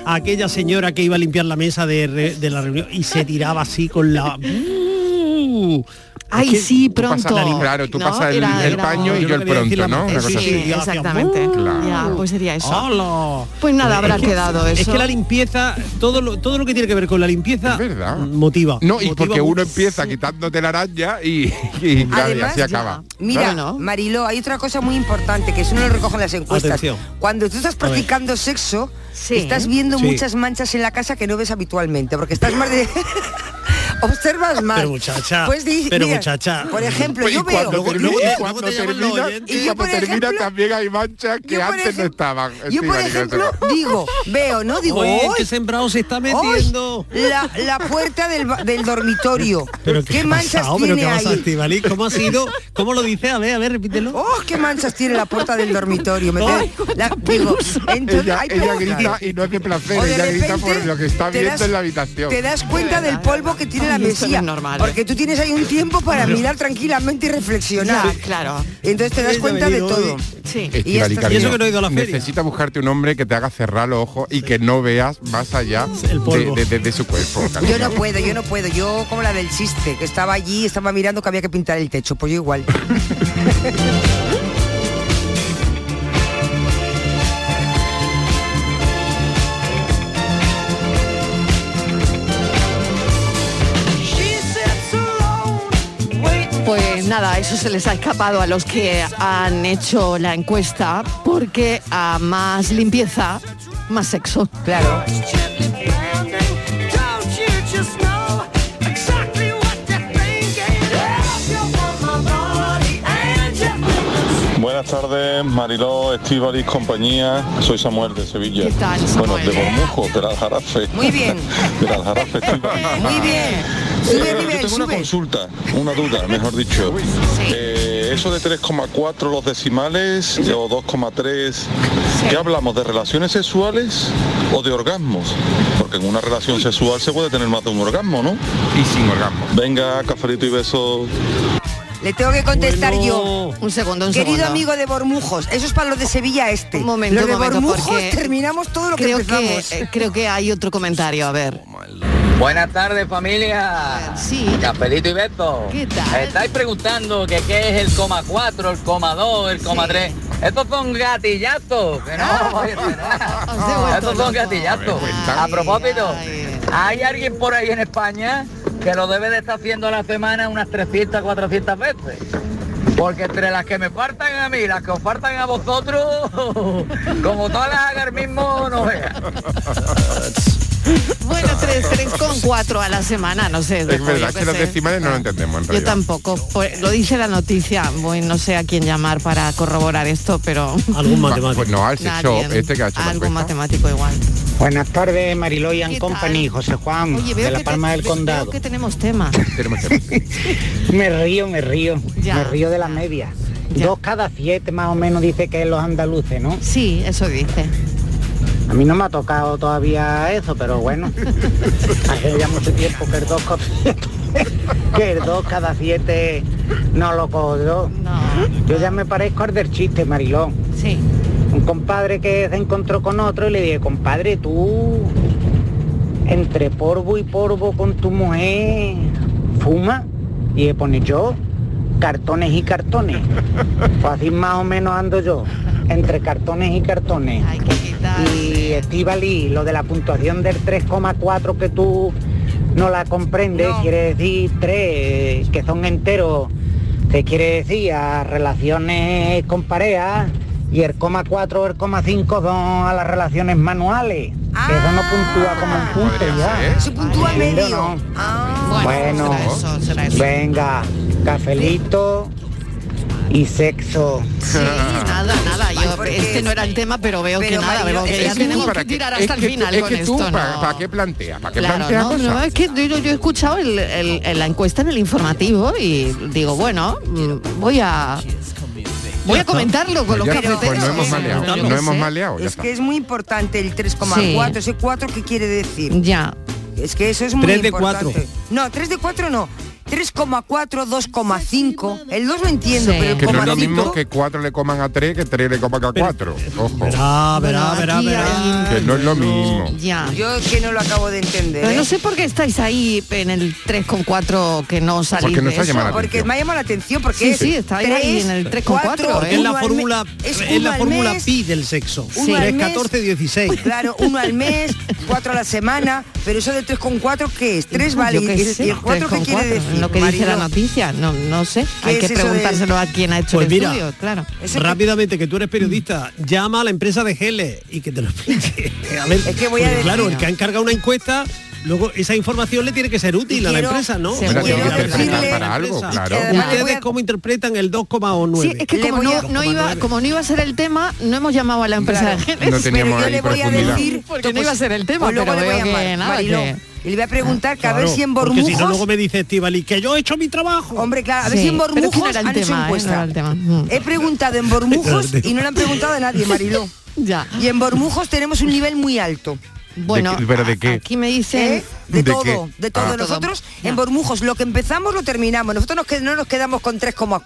Speaker 5: Aquella señora que iba a limpiar la mesa de, re- de la reunión y se tiraba así con la. ¡Uh!
Speaker 3: Ay,
Speaker 5: que
Speaker 3: sí,
Speaker 4: Tú
Speaker 3: pronto.
Speaker 4: pasas la li- claro, tú
Speaker 3: ¿no?
Speaker 4: pasas el,
Speaker 3: Era-
Speaker 4: el
Speaker 3: era-
Speaker 4: paño y yo
Speaker 5: Yo lo
Speaker 4: el
Speaker 5: que decía
Speaker 4: pronto,
Speaker 5: la-
Speaker 4: ¿no? Una
Speaker 5: eh,
Speaker 4: cosa
Speaker 5: sí,
Speaker 4: así.
Speaker 3: Sí,
Speaker 5: Hacía-
Speaker 3: exactamente.
Speaker 4: Claro.
Speaker 3: Ya, pues sería eso.
Speaker 5: ¡Hala!
Speaker 3: Pues nada, habrá
Speaker 5: Es que-
Speaker 3: quedado eso.
Speaker 5: Es que la limpieza, todo lo, todo lo que tiene que ver con la limpieza mm,
Speaker 4: Es verdad.
Speaker 5: motiva.
Speaker 4: No, y
Speaker 5: motiva
Speaker 4: porque uno
Speaker 5: mucho.
Speaker 4: empieza quitándote la araña y, y, claro, y
Speaker 6: Además,
Speaker 4: así
Speaker 6: ya.
Speaker 4: acaba.
Speaker 6: Mira,
Speaker 3: Claro, ¿no?
Speaker 6: Mariló, hay otra cosa muy importante que eso no lo recogen las encuestas.
Speaker 5: Atención.
Speaker 6: Cuando tú estás
Speaker 5: ver.
Speaker 6: practicando sexo,
Speaker 3: Sí.
Speaker 6: estás viendo
Speaker 5: Sí.
Speaker 6: muchas manchas en la casa que no ves habitualmente, porque estás más de observas más.
Speaker 5: Pero muchacha,
Speaker 6: Pues di-
Speaker 5: pero
Speaker 6: mira,
Speaker 5: muchacha.
Speaker 6: Por ejemplo,
Speaker 4: y
Speaker 6: yo veo
Speaker 4: cuando
Speaker 5: Luego-
Speaker 4: termina,
Speaker 5: luego-
Speaker 4: y cuando
Speaker 5: luego te llaman los
Speaker 4: termina,
Speaker 5: oyentes.
Speaker 4: y
Speaker 6: Y yo,
Speaker 4: cuando
Speaker 6: por
Speaker 4: termina
Speaker 6: ejemplo-
Speaker 4: también hay manchas que
Speaker 6: yo, por
Speaker 4: antes no
Speaker 6: ejem-
Speaker 4: estaban.
Speaker 6: Yo por
Speaker 4: Estíbaliz, no sé
Speaker 6: ejemplo
Speaker 4: cómo.
Speaker 6: digo, veo, no digo,
Speaker 5: Oye,
Speaker 6: "Uy,
Speaker 5: qué sembrado se está
Speaker 6: ¡Ay!
Speaker 5: metiendo.
Speaker 6: La, la puerta del, ba- del dormitorio.
Speaker 5: Pero qué,
Speaker 6: ¿Qué, manchas
Speaker 5: pasado,
Speaker 6: tiene
Speaker 5: pero qué
Speaker 6: ahí?
Speaker 5: pasa, Estivali? ¿Cómo ha sido? ¿Cómo lo dice? A ver, a ver, repítelo.
Speaker 6: ¡Oh, qué manchas tiene la puerta del dormitorio! Me
Speaker 5: Ay,
Speaker 6: te- la- digo, entonces-
Speaker 4: Ella,
Speaker 6: ay,
Speaker 4: ella
Speaker 6: perdón.
Speaker 4: grita y no es de placer,
Speaker 6: O de
Speaker 4: ella grita
Speaker 6: repente
Speaker 4: por lo que está
Speaker 6: te
Speaker 4: viendo
Speaker 6: das-
Speaker 4: en la habitación.
Speaker 6: Te das cuenta del polvo que tiene la
Speaker 3: Ay, esto no
Speaker 6: mesía.
Speaker 3: es normal, ¿eh?
Speaker 6: Porque tú tienes ahí un tiempo para mirar tranquilamente y
Speaker 3: Ya,
Speaker 6: reflexionar.
Speaker 3: claro.
Speaker 6: Entonces te das
Speaker 5: Ella ha
Speaker 6: cuenta de
Speaker 5: venido
Speaker 6: todo.
Speaker 5: hoy.
Speaker 3: Sí.
Speaker 4: Estivali,
Speaker 6: Y esto- Y eso
Speaker 4: cariño,
Speaker 5: que no he ido a la feria.
Speaker 4: Necesita buscarte un hombre que te haga cerrar los ojos y que no veas más allá
Speaker 5: El polvo.
Speaker 4: de, de- de- de su cuerpo. cariño.
Speaker 6: Yo no puedo, yo no puedo. Yo como la del chiste, que estaba allí, estaba mirando que había que pintar el techo. Pues yo igual.
Speaker 3: Pues nada, eso se les ha escapado a los que han hecho la encuesta porque a más limpieza, más sexo.
Speaker 6: Claro.
Speaker 8: Buenas tardes, Mariló, Estíbaliz, compañía. Soy Samuel de Sevilla.
Speaker 3: ¿Qué tal,
Speaker 8: bueno,
Speaker 3: Samuel?
Speaker 8: de Bormujos, del Aljarafe.
Speaker 6: Muy bien.
Speaker 8: del Aljarafe, Estíbaliz. Ah,
Speaker 6: Muy bien. Sube,
Speaker 8: Yo
Speaker 6: nivel,
Speaker 8: tengo una
Speaker 6: sube.
Speaker 8: consulta, una duda, mejor dicho. Eh, eso de 3,4 los decimales eh, o 2,3, ¿qué hablamos? ¿De relaciones sexuales o de orgasmos? Porque en una relación sexual se puede tener más de un orgasmo, ¿no?
Speaker 4: Y sin orgasmo.
Speaker 8: Venga, cafelito y besos.
Speaker 6: Le tengo que contestar yo.
Speaker 5: Bueno,
Speaker 3: Un segundo, un
Speaker 6: Querido
Speaker 3: segundo.
Speaker 6: amigo de Bormujos, eso es para los de Sevilla Este.
Speaker 3: Un momento,
Speaker 6: los de
Speaker 3: un momento,
Speaker 6: Bormujos
Speaker 3: porque
Speaker 6: terminamos todo lo que
Speaker 3: creo
Speaker 6: empezamos.
Speaker 3: eh, creo que hay otro comentario, a ver.
Speaker 9: Buenas tardes familia.
Speaker 3: Sí.
Speaker 9: Capelito y Beto.
Speaker 3: ¿Qué tal?
Speaker 9: Estáis preguntando que qué es el coma 4, el coma 2, el coma
Speaker 3: Sí. Ah,
Speaker 9: 3. Estos son gatillatos. Que no, que no.
Speaker 3: Os he vuelto
Speaker 9: Estos son
Speaker 3: loco.
Speaker 9: gatillatos. A propósito, hay alguien por ahí en España que lo debe de estar haciendo a la semana unas 300, 400 veces. Porque entre las que me faltan a mí, y las que os faltan a vosotros, como todas las haga el mismo, no veas.
Speaker 3: Bueno, tres, tres con cuatro a la semana, no sé.
Speaker 4: Es
Speaker 3: yo
Speaker 4: verdad
Speaker 3: qué
Speaker 4: que los
Speaker 3: sé.
Speaker 4: decimales no lo entendemos en
Speaker 3: Yo
Speaker 4: realidad.
Speaker 3: tampoco. Pues, lo dice la noticia. Bueno, no sé a quién llamar para corroborar esto, pero
Speaker 5: Algún
Speaker 4: Va,
Speaker 5: matemático.
Speaker 4: Pues no, al sex shop,
Speaker 3: nadie.
Speaker 4: este que ha hecho la
Speaker 3: algo
Speaker 4: encuesta.
Speaker 3: matemático igual.
Speaker 10: Buenas tardes, Mariloy and
Speaker 3: ¿Qué
Speaker 10: Company,
Speaker 3: tal?
Speaker 10: José Juan,
Speaker 3: Oye, veo
Speaker 10: de la
Speaker 3: que
Speaker 10: Palma
Speaker 3: te-
Speaker 10: del
Speaker 3: veo
Speaker 10: Condado.
Speaker 3: que tenemos tema.
Speaker 4: Tenemos que-
Speaker 10: Me río, me río,
Speaker 3: Ya.
Speaker 10: me río de la media.
Speaker 3: Ya.
Speaker 10: Dos cada siete más o menos dice que es los andaluces, ¿no?
Speaker 3: Sí, eso dice.
Speaker 10: A mí no me ha tocado todavía eso, pero bueno, hace ya mucho tiempo que el dos con siete. que el 2 cada 7 no lo cogió. Yo ya me parezco al del chiste, Marilón.
Speaker 3: Sí.
Speaker 10: Un compadre que se encontró con otro y le dije, compadre, tú entre polvo y polvo con tu mujer fuma y le pone yo cartones y cartones. Pues así más o menos ando yo, entre cartones y cartones. Y Estivali, lo de la puntuación del 3,4 que tú no la comprendes, quiere decir tres eh, que son enteros, te quiere decir a relaciones con pareja y el coma 4 el coma 5 son a las relaciones manuales. Que eso no puntúa como un punto ya. Se Ah. puntúa
Speaker 6: medio.
Speaker 10: bueno, venga, cafelito y sexo.
Speaker 3: Nada, nada, yo, este no era el tema, pero eh, veo que
Speaker 10: Pero,
Speaker 3: nada,
Speaker 10: Mariló,
Speaker 3: veo que
Speaker 10: es
Speaker 3: ya
Speaker 10: que-
Speaker 3: tenemos que
Speaker 10: ¿para qué?
Speaker 3: tirar
Speaker 10: Es
Speaker 3: hasta el
Speaker 10: que tú-
Speaker 3: final
Speaker 10: es
Speaker 3: con
Speaker 10: que tú,
Speaker 3: esto.
Speaker 4: ¿Para,
Speaker 3: no.
Speaker 4: para qué plantea? ¿Para qué
Speaker 3: Claro,
Speaker 4: plantea
Speaker 3: no,
Speaker 4: cosas?
Speaker 3: no, es que yo, yo he escuchado el- el- el- la encuesta en el informativo y digo, bueno, mm, voy a voy a comentarlo con los cafeteros.
Speaker 6: pues
Speaker 3: que- yo qué sé.
Speaker 6: Es que es muy importante el 3,4.
Speaker 3: Sí.
Speaker 6: ¿Ese 4 qué quiere decir?
Speaker 3: Ya.
Speaker 6: Es que eso es muy
Speaker 5: Tres de
Speaker 6: importante.
Speaker 5: cuatro.
Speaker 6: No, 3 de 4 no. 3,4, 2,5. El 2 lo entiendo, pero el
Speaker 4: Que no es lo
Speaker 6: 0,5
Speaker 4: mismo que 4 le coman a 3 que 3 le coman a 4. Ojo. Verá,
Speaker 3: verá, verá, verá.
Speaker 4: Que no es lo mismo.
Speaker 3: Ya.
Speaker 6: Yo es que no lo acabo de entender.
Speaker 3: Pero
Speaker 6: ¿eh?
Speaker 3: no sé por qué estáis ahí en el 3,4 que no salís
Speaker 4: Porque nos
Speaker 3: de
Speaker 4: ha llamado
Speaker 3: eso.
Speaker 4: la
Speaker 6: Porque me ha llamado la atención porque
Speaker 3: Sí,
Speaker 6: es
Speaker 3: sí, está ahí
Speaker 6: tres,
Speaker 3: en el 3,4,
Speaker 6: cuatro,
Speaker 3: ¿eh?
Speaker 5: Es la
Speaker 6: uno al
Speaker 5: fórmula,
Speaker 6: mes. Es
Speaker 5: es
Speaker 6: uno
Speaker 5: la
Speaker 6: al
Speaker 5: fórmula
Speaker 6: mes.
Speaker 5: pi del sexo.
Speaker 6: Uno al
Speaker 5: es
Speaker 6: mes.
Speaker 5: 14, 16.
Speaker 6: Claro, uno al mes, cuatro a la semana, pero eso de tres con cuatro, ¿qué es? Tres vale.
Speaker 3: Yo qué
Speaker 6: ¿Y el-
Speaker 3: sé,
Speaker 6: y el cuatro qué
Speaker 3: 3,4,
Speaker 6: quiere decir?
Speaker 3: Lo que dice la
Speaker 6: Mariló?
Speaker 3: noticia, no, no sé.
Speaker 6: ¿Qué
Speaker 3: Hay que
Speaker 6: es eso de-
Speaker 3: preguntárselo a quien ha hecho
Speaker 5: Pues
Speaker 3: el
Speaker 5: mira,
Speaker 3: estudio, claro.
Speaker 5: rápidamente, que tú eres periodista, llama a la empresa de Gele y que te lo explique. A ver,
Speaker 6: es que voy a
Speaker 5: porque, claro,
Speaker 6: decir-
Speaker 5: el que ha encargado una encuesta, luego esa información le tiene que ser útil
Speaker 6: Y
Speaker 5: a la
Speaker 6: quiero-
Speaker 5: empresa, ¿no?
Speaker 6: Hombre, seguro. tiene que interpretar para algo,
Speaker 5: Empresa.
Speaker 6: claro.
Speaker 5: ¿Ustedes cómo interpretan el 2,9?
Speaker 3: Sí, es que como no, no iba, como no iba a ser el tema, no hemos llamado a la empresa de Genes.
Speaker 4: No teníamos Pero yo ahí le voy a profundidad. decir-
Speaker 3: porque no iba a ser el tema,
Speaker 6: Pues luego
Speaker 3: pero
Speaker 6: le voy
Speaker 3: veo
Speaker 6: a llamar,
Speaker 3: que nada,
Speaker 6: Mariló.
Speaker 3: que-
Speaker 6: Y le voy a preguntar que a ver
Speaker 5: Claro,
Speaker 6: si en
Speaker 5: porque
Speaker 6: Bormujos...
Speaker 5: si no, luego me dice Estivali que yo he hecho mi trabajo.
Speaker 6: Hombre, claro, a ver
Speaker 3: Sí,
Speaker 6: si en
Speaker 3: pero es que no
Speaker 6: Bormujos
Speaker 3: era el
Speaker 6: han hecho
Speaker 3: tema, ¿eh?
Speaker 6: encuesta.
Speaker 3: No era el tema.
Speaker 6: He preguntado en Bormujos y no le han preguntado a nadie, Mariló.
Speaker 3: ya.
Speaker 6: Y en Bormujos tenemos un nivel muy alto.
Speaker 3: Bueno,
Speaker 4: qué- pero de qué?
Speaker 3: aquí me dicen...
Speaker 6: ¿Eh? De,
Speaker 4: ¿De
Speaker 6: todo,
Speaker 4: qué?
Speaker 6: de todo.
Speaker 4: Ah.
Speaker 6: Nosotros en Bormujos lo que empezamos lo terminamos. Nosotros nos que- no nos quedamos con 3,4.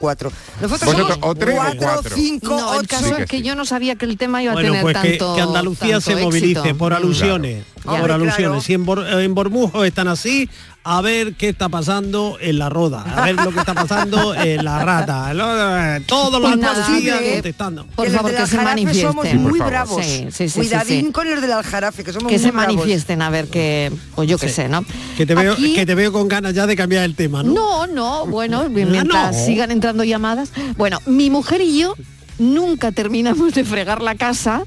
Speaker 6: Nosotros
Speaker 4: Vosotros,
Speaker 6: somos
Speaker 4: o tres o
Speaker 6: 4,
Speaker 4: cuatro.
Speaker 6: 5,
Speaker 3: No, el
Speaker 6: 8.
Speaker 3: caso es que yo no sabía que el tema iba a
Speaker 5: Bueno,
Speaker 3: tener
Speaker 5: pues que,
Speaker 3: tanto
Speaker 5: que Andalucía se
Speaker 3: tanto
Speaker 5: movilice
Speaker 3: éxito.
Speaker 5: por alusiones.
Speaker 3: Claro.
Speaker 5: Por
Speaker 3: Hombre,
Speaker 5: alusiones.
Speaker 3: claro.
Speaker 5: Si en, Bor- eh, en Bormujos están así, a ver qué está pasando en la roda, a ver lo que está pasando en la rata. lo- eh, Todos los
Speaker 3: Pues nada,
Speaker 5: andalucías
Speaker 3: que-
Speaker 5: contestando.
Speaker 3: Por favor, que se manifiesten.
Speaker 6: somos
Speaker 3: Sí, por
Speaker 6: muy
Speaker 3: favor.
Speaker 6: bravos.
Speaker 3: Sí, sí, sí,
Speaker 6: Cuidadín
Speaker 3: sí, sí.
Speaker 6: con los del aljarafe, que somos
Speaker 3: Que
Speaker 6: muy
Speaker 3: se
Speaker 6: bravos.
Speaker 3: manifiesten, a ver qué... O yo qué
Speaker 5: Sí.
Speaker 3: sé, ¿no?
Speaker 5: Que te, veo,
Speaker 3: Aquí-
Speaker 5: que te veo con ganas ya de cambiar el tema, ¿no?
Speaker 3: No, no, bueno, mientras
Speaker 5: no.
Speaker 3: sigan entrando llamadas. Bueno, mi mujer y yo nunca terminamos de fregar la casa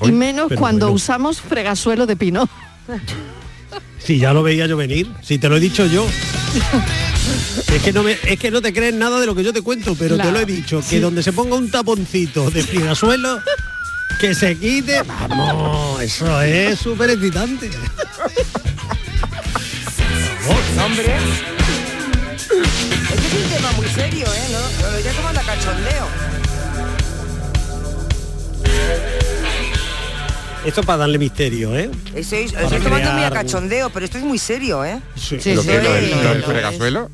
Speaker 3: y
Speaker 5: Uy,
Speaker 3: menos
Speaker 5: pero
Speaker 3: cuando
Speaker 5: bueno.
Speaker 3: usamos fregasuelo de pino.
Speaker 5: Si ya lo veía yo venir, si te lo he dicho yo. Es que, no me- es que no te crees nada de lo que yo te cuento, pero
Speaker 3: Claro.
Speaker 5: te lo he dicho, que
Speaker 3: Sí.
Speaker 5: donde se ponga un taponcito de frijasuelo, que se quite. Vamos, eso es súper excitante.
Speaker 6: Hombre. Este es un tema muy serio, ¿eh? No, no lo ya tomando a cachondeo.
Speaker 5: Esto para darle misterio, ¿eh?
Speaker 6: Eso es,
Speaker 5: Para
Speaker 6: estoy tomando muy a
Speaker 5: crear-
Speaker 6: cachondeo, pero esto es muy serio, ¿eh?
Speaker 3: Sí,
Speaker 4: ¿Lo
Speaker 3: sí,
Speaker 4: que es lo
Speaker 3: sí,
Speaker 4: del-
Speaker 3: lo
Speaker 4: lo del
Speaker 3: es.
Speaker 4: fregazuelo?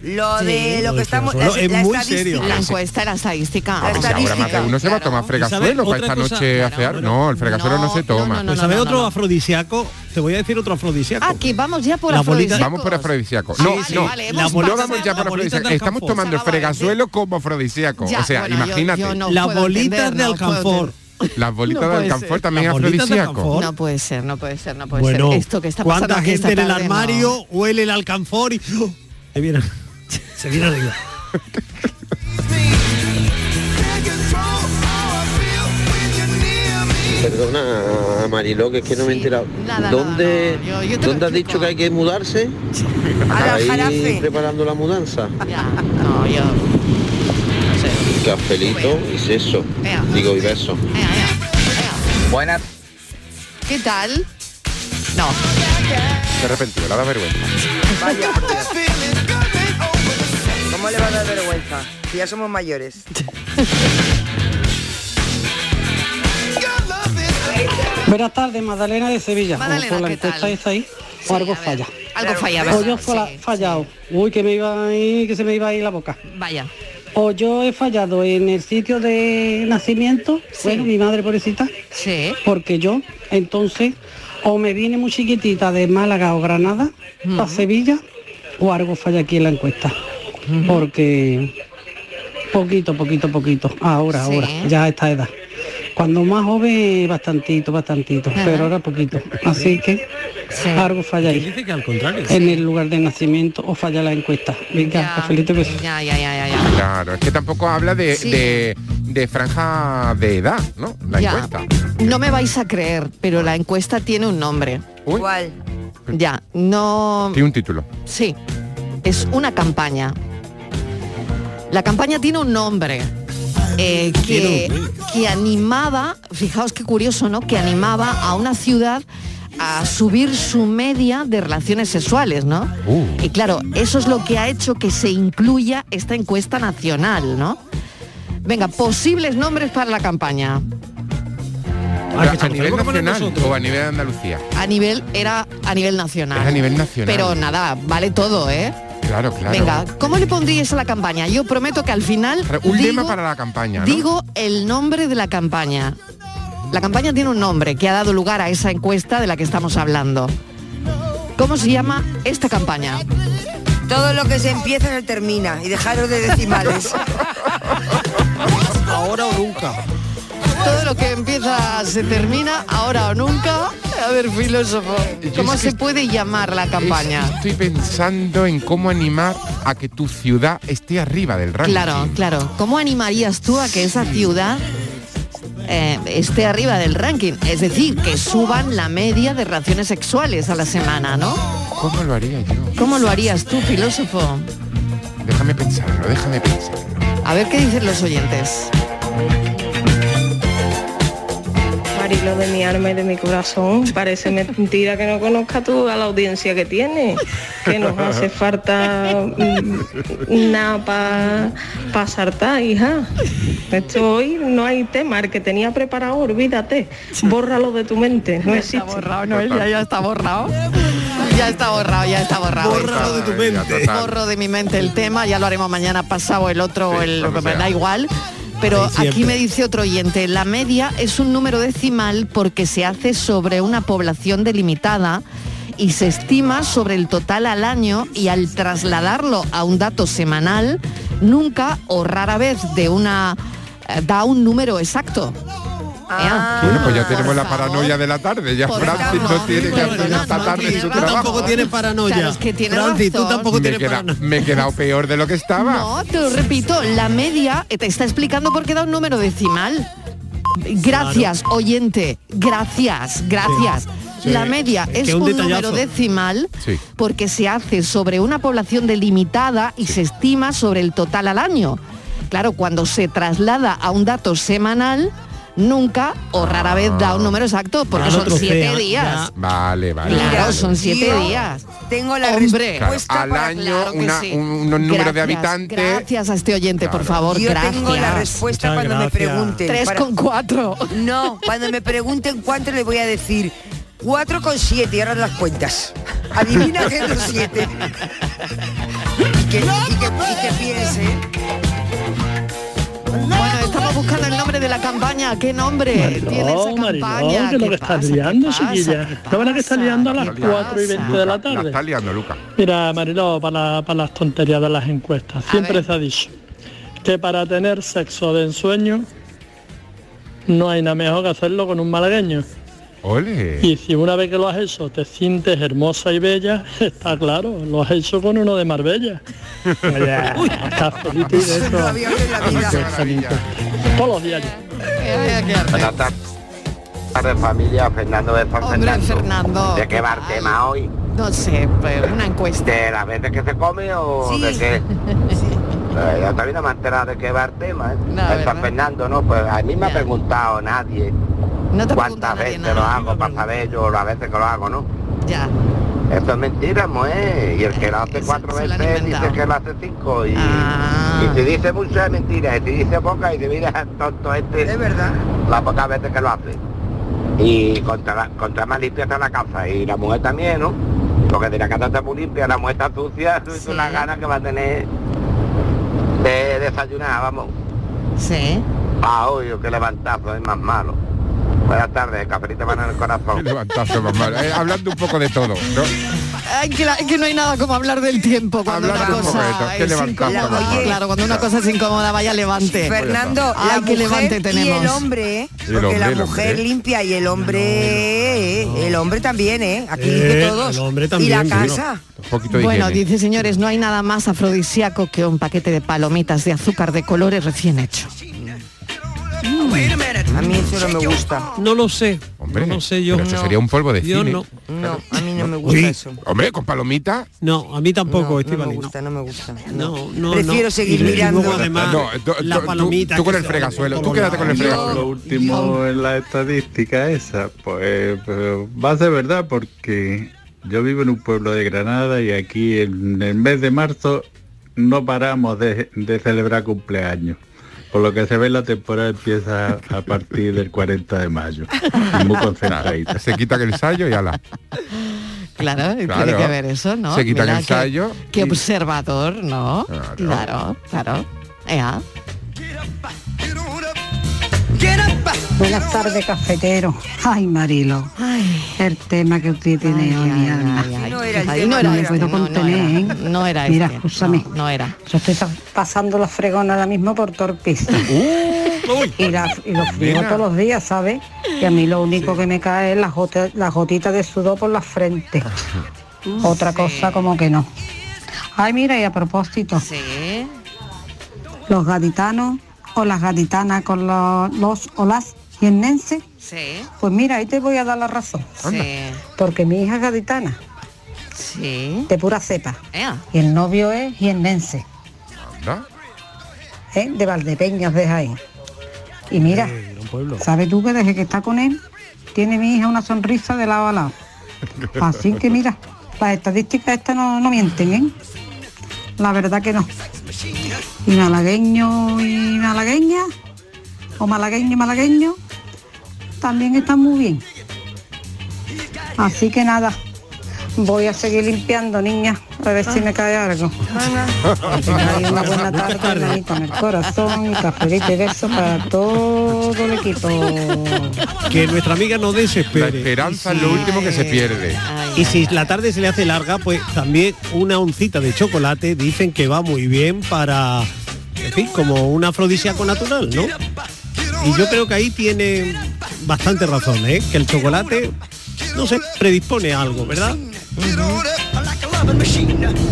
Speaker 6: Lo
Speaker 3: Sí.
Speaker 6: de lo que estamos...
Speaker 4: solo
Speaker 6: la-
Speaker 4: es
Speaker 6: la
Speaker 4: muy
Speaker 6: estadística.
Speaker 4: serio.
Speaker 3: La encuesta, la estadística.
Speaker 4: Ah, pues ahora más de uno se va a tomar fregazuelo
Speaker 5: ¿Sabes?
Speaker 4: para
Speaker 5: Otra
Speaker 4: esta
Speaker 5: cosa,
Speaker 4: noche
Speaker 5: claro,
Speaker 4: hacer. No, el fregazuelo no, se toma.
Speaker 3: no, no,
Speaker 5: Pues,
Speaker 3: no,
Speaker 5: ¿sabes
Speaker 3: no,
Speaker 5: otro
Speaker 3: no. Ah,
Speaker 5: afrodisíaco? Te voy a decir otro afrodisíaco.
Speaker 3: Aquí vamos ya por
Speaker 5: La
Speaker 3: la
Speaker 5: bolita-
Speaker 4: Vamos por afrodisíaco.
Speaker 3: Ah,
Speaker 4: no,
Speaker 3: vale,
Speaker 4: no,
Speaker 3: vale,
Speaker 4: no
Speaker 3: hemos
Speaker 4: vamos
Speaker 3: pasado
Speaker 4: ya
Speaker 3: la
Speaker 4: por
Speaker 3: bolita
Speaker 4: afrodisíaco.
Speaker 3: del
Speaker 4: Estamos
Speaker 3: campo.
Speaker 4: tomando el
Speaker 3: Se acaba de
Speaker 4: fregazuelo como afrodisíaco.
Speaker 3: Ya,
Speaker 4: o sea,
Speaker 3: bueno, yo-
Speaker 4: imagínate.
Speaker 3: yo no
Speaker 5: Las
Speaker 3: puedo
Speaker 5: bolitas
Speaker 3: entender,
Speaker 5: de
Speaker 3: no puedo
Speaker 5: alcanfor.
Speaker 3: entender.
Speaker 4: Las bolitas
Speaker 3: No
Speaker 4: de
Speaker 3: puede ser.
Speaker 4: alcanfor también es
Speaker 5: Las bolitas de
Speaker 4: afrodisíaco.
Speaker 5: alcanfor.
Speaker 3: No puede ser, no puede ser, no puede
Speaker 5: Bueno,
Speaker 3: ser. Esto que está pasando
Speaker 5: ¿cuánta
Speaker 3: aquí esta
Speaker 5: gente en el
Speaker 3: tarde, no.
Speaker 5: armario huele el alcanfor y ¡oh! se viene, se viene arriba?
Speaker 11: Perdona, Mariló, que es que no me he enterado.
Speaker 3: nada,
Speaker 11: ¿Dónde,
Speaker 3: nada, no. Yo- yo te lo
Speaker 11: ¿dónde has
Speaker 3: explico.
Speaker 11: dicho que hay que mudarse?
Speaker 6: Al
Speaker 11: Ahí
Speaker 6: aljarafe.
Speaker 11: preparando la mudanza.
Speaker 3: Ya, no, yo...
Speaker 11: Cafelito y sexo.
Speaker 3: Ea.
Speaker 11: Digo, y beso.
Speaker 9: Buenas
Speaker 3: ¿Qué tal? No.
Speaker 4: De repente, le da vergüenza.
Speaker 6: Vaya. ¿Cómo le va a dar vergüenza? Si ya somos mayores.
Speaker 10: Buenas tardes, Magdalena de Sevilla.
Speaker 3: Magdalena,
Speaker 10: Hola,
Speaker 3: ¿qué
Speaker 10: ¿tú
Speaker 3: tal?
Speaker 10: estáis ahí? O algo falla.
Speaker 3: Algo falla, ¿verdad?
Speaker 12: O yo fa- fallado. Uy, que me iba a ir- que se me iba a ir la boca.
Speaker 3: Vaya.
Speaker 12: O yo he fallado en el sitio de nacimiento, bueno, mi madre pobrecita.
Speaker 3: Sí.
Speaker 12: Porque yo, entonces, o me viene muy chiquitita de Málaga o Granada
Speaker 3: Ujú.
Speaker 12: a Sevilla, o algo falla aquí en la encuesta. Porque poquito, poquito, poquito. Ahora,
Speaker 3: Sí.
Speaker 12: ahora, ya a esta edad. Cuando más joven, bastantito, bastantito,
Speaker 5: Ajá.
Speaker 12: pero ahora poquito. Así que algo falla ahí.
Speaker 5: Dice que al contrario.
Speaker 12: en el lugar de nacimiento o falla la encuesta. Venga, cafelito y besos.
Speaker 3: Ya, ya, ya, ya.
Speaker 4: Claro, es que tampoco habla de,
Speaker 3: Sí.
Speaker 4: de- de franja de edad, ¿no? La
Speaker 3: Ya.
Speaker 4: encuesta.
Speaker 3: No me vais a creer, pero la encuesta tiene un nombre.
Speaker 6: ¿Cuál?
Speaker 3: Ya, no...
Speaker 4: Tiene un título.
Speaker 3: Sí, es una campaña. La campaña tiene un nombre eh, que, que animaba, fijaos qué curioso, ¿no? Que animaba a una ciudad a subir su media de relaciones sexuales, ¿no?
Speaker 4: Uh.
Speaker 3: Y claro, eso es lo que ha hecho que se incluya esta encuesta nacional, ¿no? Venga, posibles nombres para la campaña. Ah,
Speaker 4: ¿A, nivel
Speaker 3: como
Speaker 4: nacional o a nivel de Andalucía?
Speaker 3: A nivel, era a nivel nacional.
Speaker 4: Es a nivel nacional.
Speaker 3: Pero nada, vale todo, ¿eh?
Speaker 4: Claro, claro.
Speaker 3: Venga, ¿cómo le pondríais a la campaña? Yo prometo que al final
Speaker 4: Un
Speaker 3: digo,
Speaker 4: lema para la campaña, ¿no?
Speaker 3: digo el nombre de la campaña. La campaña tiene un nombre que ha dado lugar a esa encuesta de la que estamos hablando. ¿Cómo se llama esta campaña?
Speaker 6: Todo lo que se empieza se termina y dejaros de decimales.
Speaker 3: Ahora o nunca. Todo lo que empieza se termina, ahora o nunca. A ver, filósofo, ¿cómo
Speaker 4: es que
Speaker 3: se puede llamar la campaña?
Speaker 4: Es- estoy pensando en cómo animar a que tu ciudad esté arriba del ranking.
Speaker 3: Claro, claro. ¿Cómo animarías tú a que esa ciudad eh, esté arriba del ranking? Es decir, que suban la media de relaciones sexuales a la semana, ¿no?
Speaker 4: ¿Cómo lo haría yo?
Speaker 3: ¿Cómo lo harías tú, filósofo?
Speaker 4: Déjame pensarlo, déjame pensarlo.
Speaker 3: A ver qué dicen los oyentes.
Speaker 13: Marilo de mi alma y de mi corazón, parece mentira que no conozca tú a la audiencia que tiene, que nos hace falta mm, nada para saltar, hija. Esto hoy no hay tema, el que tenía preparado, olvídate, bórralo de tu mente, no existe.
Speaker 3: borrado, Noel, ya, ya está borrado. Ya está borrado, ya está borrado.
Speaker 5: Bórralo de tu mente.
Speaker 3: Borro de mi mente el tema, ya lo haremos mañana pasado el otro, o el
Speaker 5: cuando sea.
Speaker 3: da igual. Pero
Speaker 5: Sí, siempre.
Speaker 3: aquí me dice otro oyente, la media es un número decimal porque se hace sobre una población delimitada y se estima sobre el total al año y al trasladarlo a un dato semanal, nunca o rara vez de una eh, da un número exacto.
Speaker 4: bueno,
Speaker 3: Ah,
Speaker 4: pues ya tenemos la paranoia de la tarde. Ya Francis no tiene que hacer esta tarde su
Speaker 5: tú
Speaker 4: trabajo.
Speaker 5: tampoco tienes paranoia.
Speaker 3: Claro, es que tienes
Speaker 5: Francis, tú
Speaker 3: razón.
Speaker 5: tampoco
Speaker 4: me
Speaker 5: tienes
Speaker 4: queda-
Speaker 5: paranoia.
Speaker 4: Me he quedado peor de lo que estaba.
Speaker 3: No, te lo repito, la media te está explicando por qué da un número decimal. Gracias, oyente, gracias, gracias.
Speaker 5: Sí.
Speaker 3: La media
Speaker 5: Es que
Speaker 3: es
Speaker 5: es
Speaker 3: un,
Speaker 5: un detallazo.
Speaker 3: número decimal
Speaker 5: Sí.
Speaker 3: porque se hace sobre una población delimitada y se estima sobre el total al año. Claro, cuando se traslada a un dato semanal, nunca o rara vez da
Speaker 5: Ah.
Speaker 3: un número exacto porque
Speaker 4: Claro,
Speaker 3: son siete
Speaker 4: trocea,
Speaker 3: días.
Speaker 4: ya. Vale, vale.
Speaker 3: Claro,
Speaker 4: vale.
Speaker 3: son siete
Speaker 6: Yo
Speaker 3: días.
Speaker 6: Tengo la
Speaker 3: Hombre,
Speaker 4: Claro, al año
Speaker 3: Claro que
Speaker 4: una-
Speaker 3: sí.
Speaker 4: un- unos números de
Speaker 3: Gracias,
Speaker 4: habitantes.
Speaker 3: Gracias a este oyente, por favor.
Speaker 6: Yo
Speaker 3: gracias.
Speaker 6: tengo la respuesta cuando me pregunten.
Speaker 3: Tres con cuatro.
Speaker 6: No, cuando me pregunten cuánto le voy a decir 4 con 7 y ahora las cuentas. Adivina que es los 7. Y que, y que- y que piense.
Speaker 3: Bueno, estamos buscando el nombre de la campaña. ¿Qué nombre tiene esa campaña?
Speaker 14: que lo
Speaker 3: ¿Qué
Speaker 14: que está
Speaker 3: pasa?
Speaker 14: liando,
Speaker 3: ¿Qué pasa?
Speaker 14: chiquilla. No van a que está liando a las 4 y 20 de la
Speaker 4: Luca,
Speaker 14: tarde.
Speaker 4: está liando, Luca.
Speaker 14: Mira, Mariló, para, para las tonterías de las encuestas, siempre se ha dicho que para tener sexo de ensueño no hay nada mejor que hacerlo con un malagueño.
Speaker 4: Ole.
Speaker 14: Y si una vez que lo has hecho te sientes hermosa y bella, está claro, lo has hecho con uno de Marbella. Vaya, cafelito
Speaker 3: Pues
Speaker 14: y besos. Todos los días.
Speaker 15: Buenas tar- tardes, familia. Fernando de San
Speaker 3: Hombre,
Speaker 15: Fernando.
Speaker 3: Fernando.
Speaker 15: ¿De qué va el
Speaker 3: Ay,
Speaker 15: tema hoy?
Speaker 3: No sé, pero una encuesta.
Speaker 15: ¿De las veces que se come o
Speaker 3: Sí.
Speaker 15: de qué? Eh, yo todavía no me he enterado de qué va el tema. ¿eh?
Speaker 3: No,
Speaker 15: en
Speaker 3: ¿verdad?
Speaker 15: San Fernando, no, pues a mí me ha preguntado nadie cuántas veces lo hago para saber yo las veces que lo hago, ¿no?
Speaker 3: Ya.
Speaker 15: Eso es mentira, mujer. eh, Y el que lo Ah. hace cuatro veces dice que lo hace cinco. Y, y si dice mucho es mentira. Y si dice poca y te mira el tonto este. Es verdad. Las pocas veces que lo hace. Y contra, la- contra más limpia está la casa. Y la mujer también, ¿no? Porque de la cata está muy limpia, la muestra está sucia, es una gana que va a tener de desayunar, vamos.
Speaker 3: Sí.
Speaker 15: Ah, obvio, que levantazo es más malo. Buenas tardes, cafelito mano en el corazón.
Speaker 4: Levantazo, mamá. Eh, hablando un poco de todo, ¿no?
Speaker 3: Ay, que, la- que no hay nada como hablar del tiempo cuando
Speaker 4: Hablar
Speaker 3: una
Speaker 4: un poco de todo.
Speaker 3: cosa
Speaker 4: ¿Qué
Speaker 3: es
Speaker 4: levantamos,
Speaker 3: incómoda.
Speaker 4: mamá?
Speaker 3: Claro, cuando una cosa es incómoda, vaya levante.
Speaker 6: Fernando,
Speaker 3: Ay,
Speaker 6: la
Speaker 3: qué
Speaker 6: mujer
Speaker 3: levante tenemos.
Speaker 6: y el hombre, ¿eh?
Speaker 3: El
Speaker 6: porque
Speaker 3: hombre,
Speaker 6: la
Speaker 3: el
Speaker 6: mujer
Speaker 3: hombre.
Speaker 6: limpia y el hombre, eh, el hombre también, ¿eh? Aquí
Speaker 4: Eh,
Speaker 6: de todos.
Speaker 4: el hombre
Speaker 6: y la
Speaker 4: también, bueno.
Speaker 6: casa.
Speaker 4: Un poquito de
Speaker 3: Bueno,
Speaker 4: higiene.
Speaker 3: dice señores, no hay nada más afrodisíaco que un paquete de palomitas de azúcar de colores recién hecho.
Speaker 6: A mí eso no me gusta.
Speaker 5: No lo sé.
Speaker 4: Hombre,
Speaker 5: no lo sé yo.
Speaker 4: pero eso sería un polvo de
Speaker 5: Yo
Speaker 4: cine.
Speaker 5: no.
Speaker 6: No, a mí no me
Speaker 5: gusta
Speaker 6: eso.
Speaker 4: Hombre, con palomita.
Speaker 5: No, a mí tampoco,
Speaker 4: No,
Speaker 5: Estivali,
Speaker 4: no me
Speaker 6: gusta, no me gusta.
Speaker 5: No, no,
Speaker 6: Prefiero
Speaker 5: no.
Speaker 6: seguir
Speaker 5: Y-
Speaker 6: mirando.
Speaker 5: Y luego además,
Speaker 4: No, tú-
Speaker 5: la
Speaker 4: tú- tú-
Speaker 5: palomita
Speaker 4: tú con
Speaker 5: que
Speaker 4: el
Speaker 5: se-
Speaker 4: fregazuelo, tú quédate con el fregazuelo.
Speaker 16: Lo último en la estadística esa, pues eh, va a ser verdad porque yo vivo en un pueblo de Granada y aquí en el mes de marzo no paramos de, de celebrar cumpleaños. Por lo que se ve la temporada empieza a partir del 40 de mayo. Y Muy concentradita.
Speaker 4: Se quita el ensayo y ala.
Speaker 3: Claro, tiene
Speaker 4: Claro.
Speaker 3: que ver eso, ¿no?
Speaker 4: Se quitan
Speaker 3: Mira,
Speaker 4: el sayo
Speaker 3: Qué, qué observador, ¿no? Claro, claro. Ea.
Speaker 17: Buenas tardes, cafetero. Ay, Marilo. El tema que usted tiene hoy, mi alma.
Speaker 3: no era el tema,
Speaker 17: no
Speaker 3: no
Speaker 17: me
Speaker 3: era
Speaker 17: puedo
Speaker 3: este, no, no
Speaker 17: contener,
Speaker 3: era.
Speaker 17: ¿eh?
Speaker 3: No era
Speaker 17: Mira,
Speaker 3: este,
Speaker 17: escúchame.
Speaker 3: no, no era.
Speaker 17: Yo estoy sa- pasando la fregona ahora mismo por torpista.
Speaker 3: Uh,
Speaker 17: y, la, y lo friego
Speaker 3: Mira.
Speaker 17: todos los días, ¿sabes? Y a mí lo único que me cae es la, jota- la gotita de sudor por la frente. Otra cosa como que no. Ay, mira, y a propósito. Los gaditanos o las gaditanas con los, los o las jiennenses.
Speaker 3: Sí.
Speaker 17: Pues mira, ahí te voy a dar la razón.
Speaker 3: Anda. Sí.
Speaker 17: Porque mi hija es gaditana.
Speaker 3: Sí.
Speaker 17: De pura cepa.
Speaker 3: Ea.
Speaker 17: Y el novio es jiennense. ¿eh? De Valdepeñas de Jaén. Y mira, ¿sabes tú que desde que está con él, tiene mi hija una sonrisa de lado a lado? Así Assim que mira, las estadísticas estas no, no mienten, ¿eh? La verdad que no. Y malagueño y malagueña, o malagueño y malagueño, también están muy bien. Así que nada, voy a seguir limpiando, niña, a ver si me cae algo. Tengáis una buena tarde, hermanita, con el corazón y cafelito y besos para todo el equipo.
Speaker 5: que nuestra amiga no desespere.
Speaker 4: La esperanza es lo último que se pierde.
Speaker 5: Y si la tarde se le hace larga, pues también una oncita de chocolate dicen que va muy bien para, en fin, como un afrodisíaco natural, ¿no? Y yo creo que ahí tiene bastante razón, ¿eh? Que el chocolate, no se predispone a algo, ¿verdad?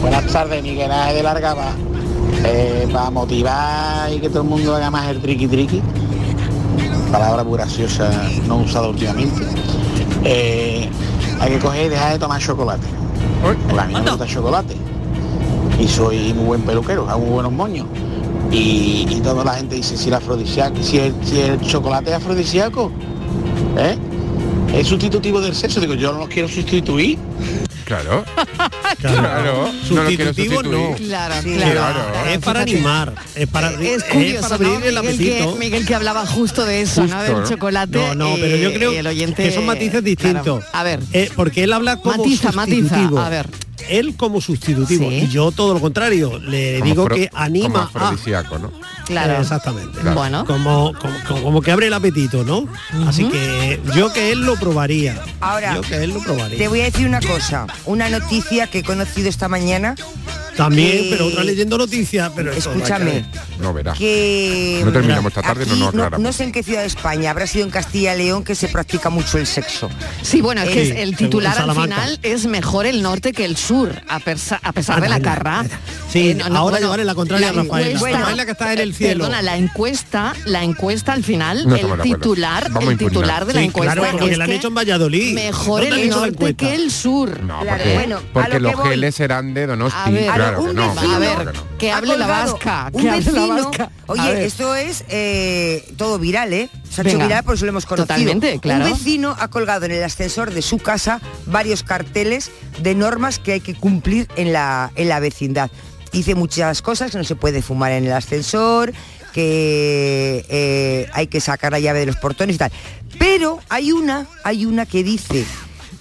Speaker 18: Buenas tardes, Miguel Ángel de Largaba. Eh, para motivar y que todo el mundo haga más el triqui triqui. Palabra muy graciosa, no usada últimamente. Eh, hay que coger y dejar de tomar chocolate. Porque a mí no me gusta el chocolate. Y soy muy buen peluquero, hago muy buenos moños. Y, y toda la gente dice si el afrodisíaco, si el, si el chocolate es afrodisíaco, ¿eh? es sustitutivo del sexo. Digo, yo no lo quiero sustituir.
Speaker 4: Claro.
Speaker 6: Ah.
Speaker 4: Claro. No lo quiero
Speaker 5: Sustitutivo no.
Speaker 4: sustituir.
Speaker 3: Claro,
Speaker 5: Sí,
Speaker 3: claro.
Speaker 5: Es para
Speaker 3: Fíjate.
Speaker 5: animar, es para,
Speaker 3: Es curioso,
Speaker 5: Eh, para
Speaker 3: ¿no?
Speaker 5: abrir el
Speaker 3: Miguel, que,
Speaker 5: apetito.
Speaker 3: Miguel que hablaba justo de eso, ¿no?
Speaker 5: Justo,
Speaker 3: Del
Speaker 5: ¿no?
Speaker 3: chocolate.
Speaker 5: No, no, pero yo
Speaker 3: y-
Speaker 5: creo
Speaker 3: y el oyente,
Speaker 5: que son matices distintos.
Speaker 3: Claro.
Speaker 5: A ver. porque él habla como
Speaker 3: Matiza, matiza,
Speaker 5: sustitutivo.
Speaker 3: a ver.
Speaker 5: Él como sustitutivo.
Speaker 3: Sí.
Speaker 5: Y yo todo lo contrario. Le
Speaker 4: Como
Speaker 5: digo
Speaker 4: afro-
Speaker 5: que anima
Speaker 4: Como
Speaker 5: a...
Speaker 4: afrodisíaco, ¿no?
Speaker 3: Claro.
Speaker 5: Eh, Exactamente.
Speaker 3: Claro. Bueno.
Speaker 5: Como, como, como- como que abre el apetito, ¿no? Así que yo que él lo probaría.
Speaker 6: Ahora,
Speaker 5: Yo que él lo probaría.
Speaker 6: Te voy a decir una cosa, una noticia que he conocido esta mañana.
Speaker 5: También,
Speaker 6: que-
Speaker 5: pero otra leyendo noticias, pero eso no hay que
Speaker 6: Escúchame,
Speaker 5: ver.
Speaker 4: No verá.
Speaker 6: que
Speaker 4: No terminamos esta tarde, no
Speaker 6: aquí
Speaker 4: nos aclaramos.
Speaker 6: no sé en qué ciudad de España, habrá sido en Castilla y León que se practica mucho el sexo. Eh,
Speaker 3: Sí, bueno, es que es- el titular al
Speaker 6: Salamanca.
Speaker 3: final es mejor el norte que el sur, a, persa- a pesar de la carra.
Speaker 5: Ah, Sí,
Speaker 3: Eh, no, no,
Speaker 5: ahora
Speaker 3: bueno,
Speaker 5: llevaré la contraria a Rafaela.
Speaker 3: encuesta- eh,
Speaker 5: Rafaela que está en el cielo.
Speaker 3: Perdona, la encuesta, la encuesta al final,
Speaker 5: No estamos
Speaker 3: el
Speaker 5: de acuerdo.
Speaker 3: titular,
Speaker 5: Vamos a
Speaker 3: el
Speaker 5: impugnar.
Speaker 3: titular de la
Speaker 5: Sí,
Speaker 3: encuesta
Speaker 5: claro, porque
Speaker 3: es
Speaker 5: la han
Speaker 3: que
Speaker 5: hecho en Valladolid.
Speaker 3: mejor
Speaker 5: ¿Dónde han
Speaker 3: el
Speaker 5: hecho la
Speaker 3: norte
Speaker 5: encuesta?
Speaker 3: que el sur.
Speaker 4: No, porque, porque los geles serán de
Speaker 3: A
Speaker 4: Donosti.
Speaker 3: ver,
Speaker 4: claro que
Speaker 3: un
Speaker 4: no.
Speaker 3: vecino-
Speaker 4: claro
Speaker 3: a ver,
Speaker 4: que no.
Speaker 3: que
Speaker 6: Ha
Speaker 3: hable la
Speaker 6: colgado
Speaker 3: vasca,
Speaker 6: un
Speaker 3: que hable la
Speaker 6: vecino.
Speaker 3: vasca. A ver.
Speaker 6: Oye, esto es eh, todo viral, ¿eh? Se ha hecho
Speaker 3: Venga.
Speaker 6: viral, por eso lo hemos conocido.
Speaker 3: Totalmente, claro.
Speaker 6: Un vecino ha colgado en el ascensor de su casa varios carteles de normas que hay que cumplir en la, en la vecindad. Dice muchas cosas, que no se puede fumar en el ascensor, que eh, hay que sacar la llave de los portones y tal. Pero hay una, hay una que dice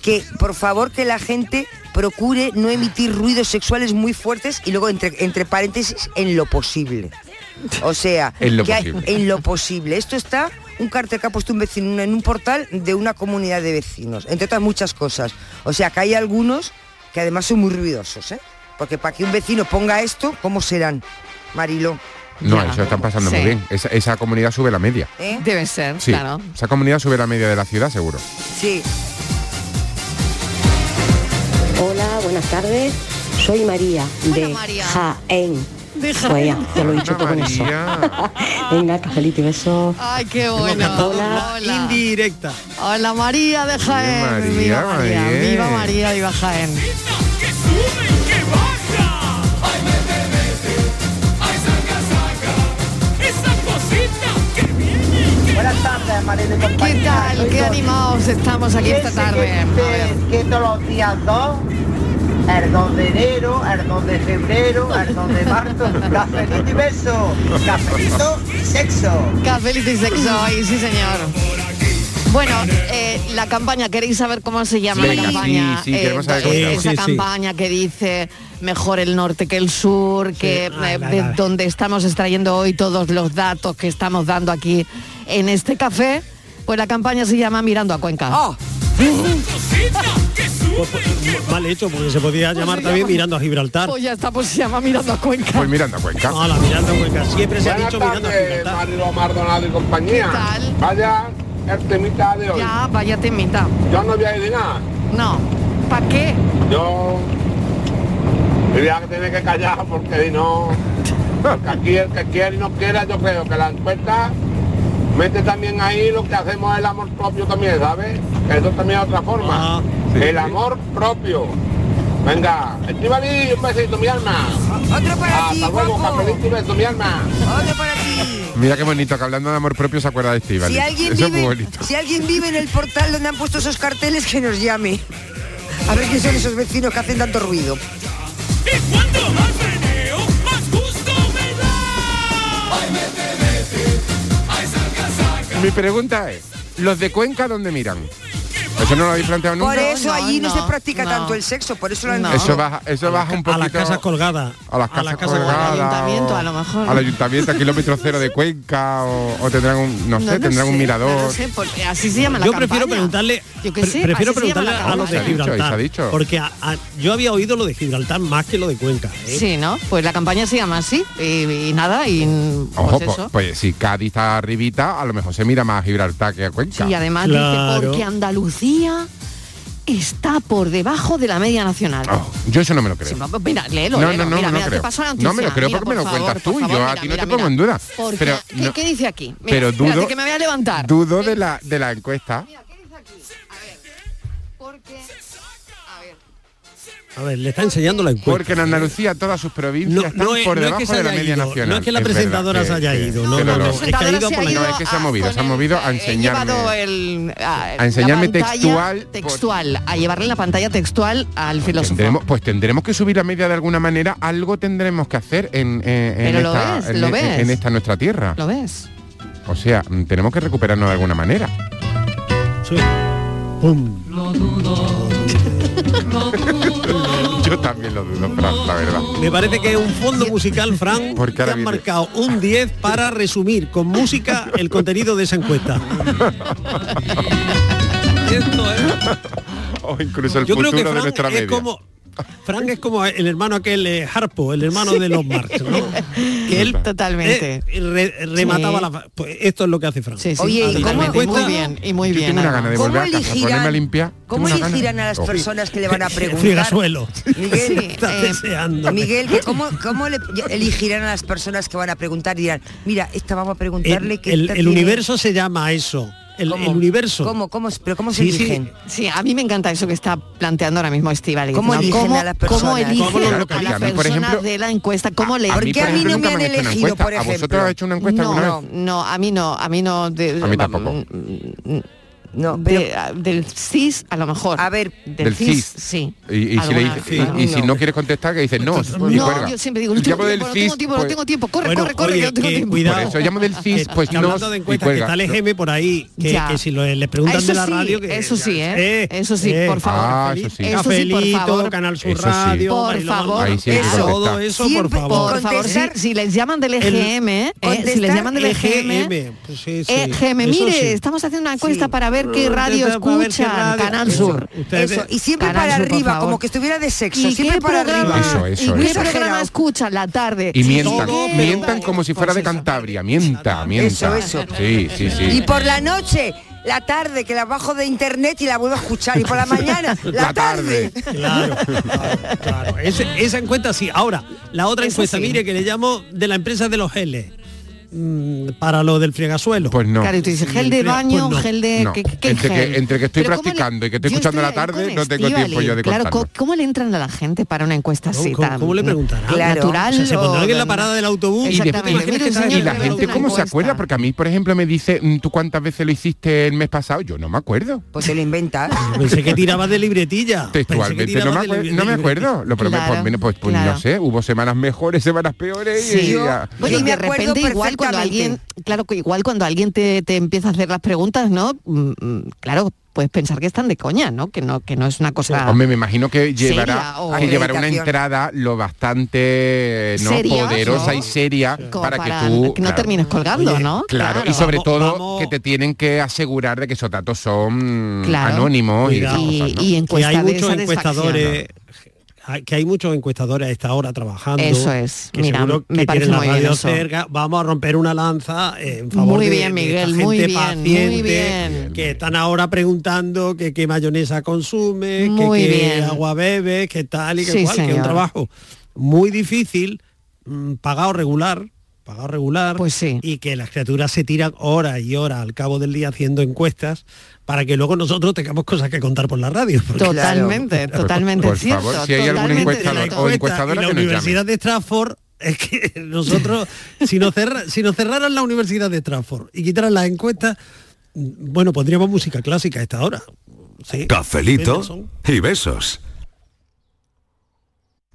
Speaker 6: que por favor que la gente procure no emitir ruidos sexuales muy fuertes y luego entre, entre paréntesis, en lo posible. O sea,
Speaker 4: En lo
Speaker 6: que hay-
Speaker 4: posible.
Speaker 6: en lo posible. Esto está un cartel que ha puesto un vecino en un portal de una comunidad de vecinos, entre otras muchas cosas. O sea, que hay algunos que además son muy ruidosos, ¿eh? Porque para que un vecino ponga esto, ¿cómo serán, Marilo?
Speaker 4: No, eso están pasando
Speaker 6: Sí.
Speaker 4: muy bien. Esa, esa comunidad sube la media.
Speaker 6: ¿Eh?
Speaker 3: Debe ser,
Speaker 4: Sí,
Speaker 3: claro.
Speaker 4: esa comunidad sube la media de la ciudad, seguro.
Speaker 6: Sí.
Speaker 19: Hola, buenas tardes. Soy María de Jaén.
Speaker 3: De
Speaker 19: Pues
Speaker 3: Jaén.
Speaker 19: ya, te lo he dicho todo con eso. Venga, cafelito y besos.
Speaker 3: Ay, qué bueno. Hola.
Speaker 5: Indirecta.
Speaker 3: Hola María de Jaén.
Speaker 5: María,
Speaker 3: viva María,
Speaker 5: María.
Speaker 3: viva María, viva Jaén.
Speaker 1: Buenas tardes, Marina y
Speaker 3: ¿Qué tal? ¿Qué animados estamos aquí esta tarde?
Speaker 1: Que, todos los días dos, el 2 de enero, el 2 de febrero, el 2 de marzo, cafelito y beso, cafelito y sexo.
Speaker 3: Cafelito y sexo, ay, sí señor. Bueno, eh, la campaña, ¿queréis saber cómo se llama
Speaker 4: Venga,
Speaker 3: la campaña?
Speaker 4: sí, sí, queremos saber
Speaker 3: eh,
Speaker 4: cómo se llama.
Speaker 3: Esa
Speaker 4: Sí, sí.
Speaker 3: campaña que dice mejor el norte que el sur, que eh, de donde estamos extrayendo hoy todos los datos que estamos dando aquí en este café, pues la campaña se llama Mirando a Cuenca.
Speaker 5: Pues, pues, mal hecho, porque se podía llamar también mirando a Gibraltar.
Speaker 3: Pues ya está, pues se llama Mirando a Cuenca.
Speaker 5: Pues
Speaker 4: mirando a Cuenca.
Speaker 5: No, la mirando a Cuenca. Siempre se ha
Speaker 11: Buenas
Speaker 5: dicho mirando a
Speaker 11: tardes,
Speaker 5: Gibraltar.
Speaker 11: Marilo Maldonado y compañía. Vaya el temita de hoy.
Speaker 3: Ya, vaya temita.
Speaker 11: Yo no voy a ir de nada.
Speaker 3: No, ¿para qué?
Speaker 11: Yo me voy a tener que callar porque si no... Porque aquí el que quiere y no quiera, yo creo que la encuesta mete también ahí lo que hacemos es el amor propio también, ¿sabes? Que Eso también es otra forma. El amor propio. Venga, Estivali, un besito, mi alma.
Speaker 6: Otro para
Speaker 11: Hasta luego, papelito y beso, mi alma.
Speaker 6: Otro para ti.
Speaker 4: Mira qué bonito, que hablando de amor propio se acuerda de Estivali.
Speaker 6: Si alguien,
Speaker 4: Eso es muy
Speaker 6: vive,
Speaker 4: bonito.
Speaker 6: si alguien vive en el portal donde han puesto esos carteles, que nos llame. A ver qué son esos vecinos que hacen tanto ruido.
Speaker 4: Mi pregunta es, ¿los de Cuenca dónde miran? Eso no lo habéis planteado nunca.
Speaker 6: Por eso allí no, se
Speaker 3: no,
Speaker 6: practica
Speaker 3: no.
Speaker 6: tanto el sexo, por eso lo han
Speaker 4: Eso baja, eso baja un poquito...
Speaker 5: A las casas colgadas.
Speaker 4: A las casas, colgadas.
Speaker 3: Al ayuntamiento,
Speaker 4: o
Speaker 3: a lo mejor.
Speaker 4: Al ayuntamiento, a kilómetro cero de Cuenca, o, o tendrán un, no sé,
Speaker 3: No lo
Speaker 4: tendrán un
Speaker 3: sé,
Speaker 4: mirador.
Speaker 3: no lo sé, porque así se llama la
Speaker 5: yo
Speaker 3: campaña.
Speaker 5: prefiero preguntarle
Speaker 3: Yo qué
Speaker 5: pre-
Speaker 3: sé,
Speaker 5: prefiero
Speaker 3: así se llama
Speaker 5: preguntarle
Speaker 3: la
Speaker 5: a los
Speaker 4: campaña. Se
Speaker 5: de
Speaker 4: ha dicho,
Speaker 5: Gibraltar
Speaker 4: se ha dicho.
Speaker 5: porque a- a- yo había oído lo de Gibraltar más que lo de Cuenca ¿eh?
Speaker 3: Sí, ¿no? Pues la campaña se llama así y, y nada, y mm,
Speaker 4: Ojo,
Speaker 3: pues
Speaker 4: pues,
Speaker 3: eso.
Speaker 4: pues si Cádiz está arribita, a lo mejor se mira más a Gibraltar que a Cuenca.
Speaker 3: Y además dice, porque Andalucía está por debajo de la media nacional.
Speaker 4: Yo eso no me lo creo.
Speaker 3: Sí, pues mira, léelo,
Speaker 4: Oh. no,
Speaker 3: léelo.
Speaker 4: no, no,
Speaker 3: mira,
Speaker 4: me
Speaker 3: mira,
Speaker 4: lo
Speaker 3: te
Speaker 4: creo.
Speaker 3: paso la noticia.
Speaker 4: no me lo creo
Speaker 3: Mira,
Speaker 4: porque me lo
Speaker 3: por favor,
Speaker 4: cuentas tú.
Speaker 3: por
Speaker 4: Yo
Speaker 3: favor,
Speaker 4: a
Speaker 3: mira,
Speaker 4: ti no
Speaker 3: mira,
Speaker 4: te
Speaker 3: mira.
Speaker 4: pongo en duda.
Speaker 3: Porque-
Speaker 4: Pero
Speaker 3: ¿qué,
Speaker 4: no-
Speaker 3: qué dice aquí? Mira,
Speaker 4: pero dudo-
Speaker 3: espérate, que me voy a levantar.
Speaker 4: dudo de la, de la encuesta.
Speaker 5: a ver le está enseñando la encuesta
Speaker 4: Porque en Andalucía todas sus provincias están
Speaker 5: es-
Speaker 4: por
Speaker 5: no es
Speaker 4: debajo
Speaker 5: que se
Speaker 4: de la
Speaker 5: haya
Speaker 4: media
Speaker 5: ido,
Speaker 4: nacional.
Speaker 5: no es que la
Speaker 4: verdad
Speaker 5: presentadora se haya ido, no,
Speaker 4: que
Speaker 5: no,
Speaker 4: lo-
Speaker 5: no, es que ha
Speaker 3: presentadora ido se por ha la- ido eh,
Speaker 4: No, es que se ha movido, se ha movido a
Speaker 3: He llevado
Speaker 4: enseñarme.
Speaker 3: el, a,
Speaker 4: A enseñarme
Speaker 3: la pantalla
Speaker 4: textual por-
Speaker 3: Textual, a llevarle la pantalla textual al filósofo.
Speaker 4: Tendremos- pues tendremos que subir la media de alguna manera, algo tendremos que hacer en, eh, en
Speaker 3: Pero lo
Speaker 4: esta,
Speaker 3: ves,
Speaker 4: en-
Speaker 3: lo
Speaker 4: en-
Speaker 3: ves.
Speaker 4: en esta nuestra tierra.
Speaker 3: ¿Lo ves?
Speaker 4: O sea, mm, tenemos que recuperarnos de alguna manera. Yo también lo dudo, Fran, la verdad.
Speaker 5: me parece que es un fondo musical Fran
Speaker 4: Porque
Speaker 5: que
Speaker 4: ahora
Speaker 5: han
Speaker 4: viene.
Speaker 5: marcado un 10 para resumir con música el contenido de esa encuesta
Speaker 4: O incluso el
Speaker 5: yo
Speaker 4: futuro
Speaker 5: creo que
Speaker 4: de
Speaker 5: Fran
Speaker 4: nuestra
Speaker 5: es
Speaker 4: media.
Speaker 5: como Frank es como el hermano aquel eh, Harpo, el hermano de los Marx, ¿no? Que él
Speaker 3: Totalmente.
Speaker 5: eh, re- remataba
Speaker 3: Sí.
Speaker 5: la fa- pues esto es lo que hace Frank.
Speaker 6: Oye, ¿y cómo,
Speaker 3: Muy bien, y muy
Speaker 4: Yo
Speaker 3: bien.
Speaker 4: tengo una gana de
Speaker 6: cómo
Speaker 4: volver a casa,
Speaker 6: elegirán,
Speaker 4: ponerme Eh, a limpiar.
Speaker 6: cómo
Speaker 4: Tengo una
Speaker 6: elegirán
Speaker 4: gana.
Speaker 6: a las
Speaker 4: Oh.
Speaker 6: personas que le van a
Speaker 5: Friega
Speaker 6: preguntar?
Speaker 5: suelo.
Speaker 6: Miguel,
Speaker 5: Sí, está deseando.
Speaker 6: eh, Miguel, que ¿cómo, cómo le elegirán a las personas que van a preguntar? Dirán, mira, esta vamos a preguntarle
Speaker 5: El,
Speaker 6: que...
Speaker 5: el-
Speaker 6: esta
Speaker 5: el
Speaker 6: tiene-
Speaker 5: universo se llama a eso. El,
Speaker 6: ¿Cómo?
Speaker 5: el universo.
Speaker 6: ¿Cómo, cómo, pero cómo
Speaker 5: Sí, sí.
Speaker 3: Sí, a mí me encanta eso que está planteando ahora mismo Estival.
Speaker 6: ¿Cómo eligen a las
Speaker 3: ¿Cómo
Speaker 6: personas?
Speaker 3: eligen
Speaker 4: ¿Cómo lo
Speaker 3: a
Speaker 4: localizan?
Speaker 3: las
Speaker 4: A mí, por
Speaker 3: personas
Speaker 4: ejemplo-
Speaker 3: de la encuesta? ¿Cómo le
Speaker 4: a mí, por ejemplo, nunca me han hecho una encuesta. ¿A vosotros os ha hecho una encuesta
Speaker 3: no,
Speaker 4: alguna vez?
Speaker 3: No, no, a mí no, a mí no. de-
Speaker 4: A mí tampoco.
Speaker 3: mm, mm,
Speaker 6: No,
Speaker 3: De- a- del CIS a lo mejor. A ver, del,
Speaker 4: Del
Speaker 3: CIS,
Speaker 4: CIS.
Speaker 3: sí.
Speaker 4: Y, y si, le
Speaker 3: Alguna-
Speaker 4: dice- y- y si no quieres contestar, que dices no. y cuelga.
Speaker 3: No, yo siempre digo, no tengo
Speaker 4: Llamo del
Speaker 3: tiempo, no
Speaker 4: CIS,
Speaker 3: tengo tiempo, no
Speaker 4: pues-
Speaker 3: tengo tiempo, corre,
Speaker 5: Bueno,
Speaker 3: corre, corre,
Speaker 5: oye,
Speaker 3: que no tengo
Speaker 5: que
Speaker 3: tiempo.
Speaker 5: cuidado.
Speaker 4: Por eso llamo del CIS, pues
Speaker 5: Que
Speaker 4: no.
Speaker 5: hablando de encuestas,
Speaker 4: y
Speaker 5: que
Speaker 4: cuelga.
Speaker 5: tal EGM por ahí, que,
Speaker 3: Ya.
Speaker 5: que si lo- le preguntan
Speaker 3: Eso
Speaker 5: de la
Speaker 3: sí,
Speaker 5: radio... Que,
Speaker 3: eso sí, ¿eh?
Speaker 5: Eh,
Speaker 3: eso sí,
Speaker 5: eh.
Speaker 3: por favor.
Speaker 5: Ah, eso sí.
Speaker 3: Eso sí, por
Speaker 5: Cafelito,
Speaker 3: favor.
Speaker 5: Canal Sur Eso sí. Radio,
Speaker 3: Por
Speaker 5: Mariló
Speaker 3: favor.
Speaker 5: Maldonado. Ahí siempre
Speaker 3: eso.
Speaker 5: contestar. Todo eso, por
Speaker 3: Siempre,
Speaker 5: favor.
Speaker 3: Por favor, si,
Speaker 5: Contestar-
Speaker 3: si les llaman del
Speaker 6: E
Speaker 5: el-
Speaker 3: EGM, ¿eh? si les
Speaker 5: contestar
Speaker 3: llaman del EGM,
Speaker 5: EGM, E pues sí, sí.
Speaker 6: E
Speaker 3: EGM,
Speaker 5: Eso
Speaker 3: mire,
Speaker 5: sí.
Speaker 3: estamos haciendo una encuesta para ver qué radio
Speaker 6: Entonces, para ver qué
Speaker 3: escuchan,
Speaker 6: radio-
Speaker 3: Canal
Speaker 6: Eso,
Speaker 3: Sur.
Speaker 6: ustedes- Eso, y siempre para arriba, como que estuviera de sexo,
Speaker 3: ¿Y
Speaker 6: siempre
Speaker 3: qué
Speaker 6: para arriba.
Speaker 3: programa-
Speaker 4: Eso, eso,
Speaker 3: ¿Y qué
Speaker 4: eso.
Speaker 3: programa escuchan la tarde?
Speaker 4: Y
Speaker 3: Sí,
Speaker 4: mientan,
Speaker 3: todo,
Speaker 4: mientan como si fuera de Cantabria, mienta, mienta.
Speaker 6: Eso, eso.
Speaker 4: Sí, sí, sí.
Speaker 6: Y por la noche, la tarde, que la bajo de internet y la vuelvo a escuchar. Y por la mañana, la, tarde.
Speaker 5: Claro, claro, claro. Ese- esa encuesta sí. Ahora, la otra encuesta, mire, que le llamo de la empresa de los geles. mm, para lo del fregasuelo. Pues
Speaker 4: no.
Speaker 3: Claro, y tú dices, gel de baño, gel de-
Speaker 4: pues No,
Speaker 3: ¿qué- qué
Speaker 4: entre,
Speaker 3: gel?
Speaker 4: que, entre que estoy
Speaker 3: Pero ¿cómo le-
Speaker 4: practicando y que estoy
Speaker 3: Yo
Speaker 4: escuchando
Speaker 3: estoy
Speaker 4: la tarde,
Speaker 3: con
Speaker 4: no tengo
Speaker 3: Estíbaliz.
Speaker 4: tiempo yo de
Speaker 3: Claro,
Speaker 4: contarlo.
Speaker 3: co- ¿cómo le entran a la gente para una encuesta así
Speaker 4: ¿Cómo-
Speaker 3: tan
Speaker 4: cómo le preguntarán?
Speaker 3: Claro. natural?
Speaker 5: Se pondrán
Speaker 3: o-
Speaker 5: en la parada del autobús.
Speaker 4: Y, de-
Speaker 3: Exactamente.
Speaker 4: y-
Speaker 3: Mire,
Speaker 4: y
Speaker 3: señor,
Speaker 4: la
Speaker 3: le
Speaker 4: gente
Speaker 3: preguntan
Speaker 4: cómo se
Speaker 3: encuesta.
Speaker 4: acuerda, porque a mí, por ejemplo, me dice, "Mm, ¿tú cuántas veces lo hiciste el mes pasado? Yo no me acuerdo.
Speaker 6: Pues te lo inventas.
Speaker 5: Pensé que tirabas de libretilla. Pensé
Speaker 4: Textualmente
Speaker 5: que
Speaker 4: no me,
Speaker 5: tirabas de
Speaker 4: acue-
Speaker 5: libretilla.
Speaker 4: no me acuerdo. Lo prometo,
Speaker 5: Claro,
Speaker 4: pues, pues, pues,
Speaker 5: claro.
Speaker 4: no sé, hubo semanas mejores, semanas peores y-
Speaker 3: Sí.
Speaker 4: y,
Speaker 3: Yo-
Speaker 4: a-
Speaker 3: bueno, y de repente igual cuando alguien, claro, que igual cuando alguien te, te empieza a hacer las preguntas, ¿no? Mm, mm, claro, puedes pensar que están de coña, ¿no? Que no, que no es una cosa.
Speaker 4: Hombre, me imagino que llevará,
Speaker 3: Seria o-
Speaker 4: que llevará una
Speaker 3: Acreditación.
Speaker 4: entrada lo bastante ¿no?
Speaker 3: Seria,
Speaker 4: poderosa
Speaker 3: ¿no?
Speaker 4: y seria
Speaker 3: Como
Speaker 4: para,
Speaker 3: para
Speaker 4: que tú...
Speaker 3: que no termines colgando,
Speaker 4: Oye,
Speaker 3: ¿no?
Speaker 4: Claro,
Speaker 3: Claro.
Speaker 4: y sobre
Speaker 3: Vamos-
Speaker 4: todo que te tienen que asegurar de que esos datos son
Speaker 3: Claro.
Speaker 4: anónimos y, esas
Speaker 3: Y-
Speaker 4: cosas, ¿no?
Speaker 3: y
Speaker 5: que
Speaker 3: encuesta
Speaker 5: hay
Speaker 3: de
Speaker 5: muchos
Speaker 3: satisfacción.
Speaker 5: encuestadores que hay muchos encuestadores a esta hora trabajando
Speaker 3: Eso es.
Speaker 5: que
Speaker 3: Mira,
Speaker 5: seguro
Speaker 3: me
Speaker 5: que
Speaker 3: parece
Speaker 5: tienen la
Speaker 3: muy bien
Speaker 5: radio
Speaker 3: eso.
Speaker 5: cerca vamos a romper una lanza eh, en favor
Speaker 3: Muy
Speaker 5: de-
Speaker 3: bien,
Speaker 5: de esta
Speaker 3: Miguel, muy
Speaker 5: gente
Speaker 3: bien,
Speaker 5: paciente
Speaker 3: muy bien.
Speaker 5: que están ahora preguntando que qué mayonesa consume
Speaker 3: Muy
Speaker 5: que qué
Speaker 3: bien.
Speaker 5: agua bebes que tal y que
Speaker 3: Sí,
Speaker 5: cual que es un
Speaker 3: señor.
Speaker 5: trabajo muy difícil mm, pagado regular pagado regular
Speaker 3: Pues
Speaker 5: y que las criaturas se tiran horas y horas al cabo del día haciendo encuestas para que luego nosotros tengamos cosas que contar por la radio. porque-
Speaker 3: Totalmente,
Speaker 5: Claro.
Speaker 3: totalmente
Speaker 4: Por
Speaker 3: cierto.
Speaker 4: favor, si hay algún
Speaker 3: totalmente
Speaker 4: encuestador
Speaker 3: cierto.
Speaker 4: o encuestadora
Speaker 5: y la
Speaker 4: que nos llame.
Speaker 5: Universidad de Stratford es que nosotros, si nos, cerra- si nos cerraran la Universidad de Stratford y quitaran las encuestas, mm, bueno, pondríamos música clásica a esta hora. Sí.
Speaker 20: Cafelito
Speaker 5: Mendelssohn.
Speaker 20: y besos.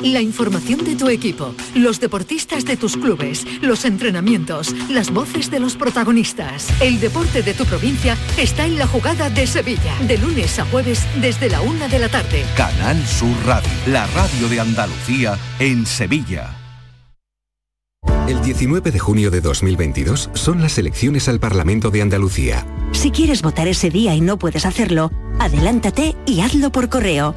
Speaker 21: La información de tu equipo, los deportistas de tus clubes, los entrenamientos, las voces de los protagonistas. El deporte de tu provincia está en la jugada de Sevilla, de lunes a jueves desde la una de la tarde.
Speaker 20: Canal Sur Radio, la radio de Andalucía en Sevilla.
Speaker 22: El 19 de junio de 2022 son las elecciones al Parlamento de Andalucía.
Speaker 23: Si quieres votar ese día y no puedes hacerlo, adelántate y hazlo por correo.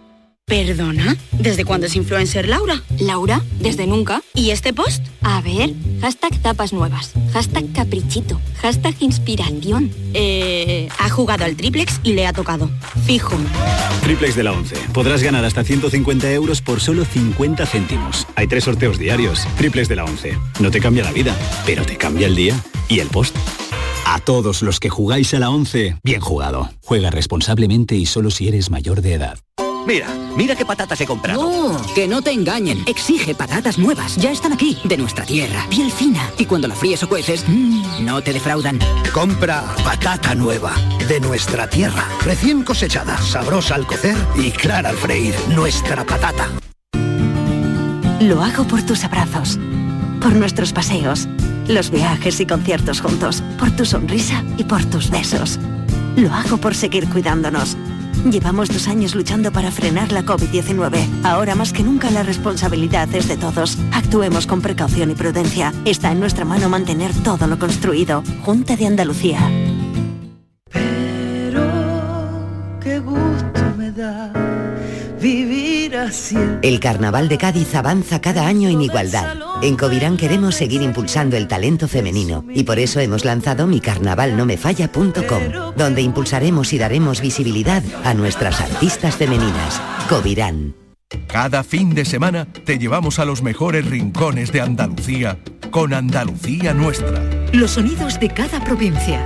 Speaker 24: ¿Perdona? ¿Desde cuándo es influencer Laura? Laura, desde nunca. ¿Y este post?
Speaker 25: A ver, hashtag tapas nuevas, hashtag caprichito, hashtag inspiración.
Speaker 24: Eh, ha jugado al triplex y le ha tocado. Fijo.
Speaker 26: Triplex de la 11. Podrás ganar hasta 150 euros por solo 50 céntimos. Hay tres sorteos diarios. Triplex de la 11. No te cambia la vida, pero te cambia el día y el post. A todos los que jugáis a la 11, bien jugado. Juega responsablemente y solo si eres mayor de edad.
Speaker 2: Mira, mira qué patatas he comprado.
Speaker 7: No, Oh, que no te engañen. Exige patatas nuevas. Ya están aquí, de nuestra tierra, piel fina. Y cuando la fríes o cueces, mmm, no te defraudan.
Speaker 8: Compra patata nueva, de nuestra tierra, recién cosechada, sabrosa al cocer y clara al freír. Nuestra patata.
Speaker 23: Lo hago por tus abrazos, por nuestros paseos, los viajes y conciertos juntos, por tu sonrisa y por tus besos. Lo hago por seguir cuidándonos. Llevamos dos años luchando para frenar la COVID-19. Ahora más que nunca la responsabilidad es de todos. Actuemos con precaución y prudencia. Está en nuestra mano mantener todo lo construido. Junta de Andalucía.
Speaker 9: Qué gusto me da vivir assim. así.
Speaker 10: El Carnaval de Cádiz avanza cada año en igualdad. En Covirán queremos seguir impulsando el talento femenino y por eso hemos lanzado mi micarnavalnomefalla.com, donde impulsaremos y daremos visibilidad a nuestras artistas femeninas. Covirán.
Speaker 20: Cada fin de semana te llevamos a los mejores rincones de Andalucía con Andalucía Nuestra.
Speaker 21: Los sonidos de cada provincia,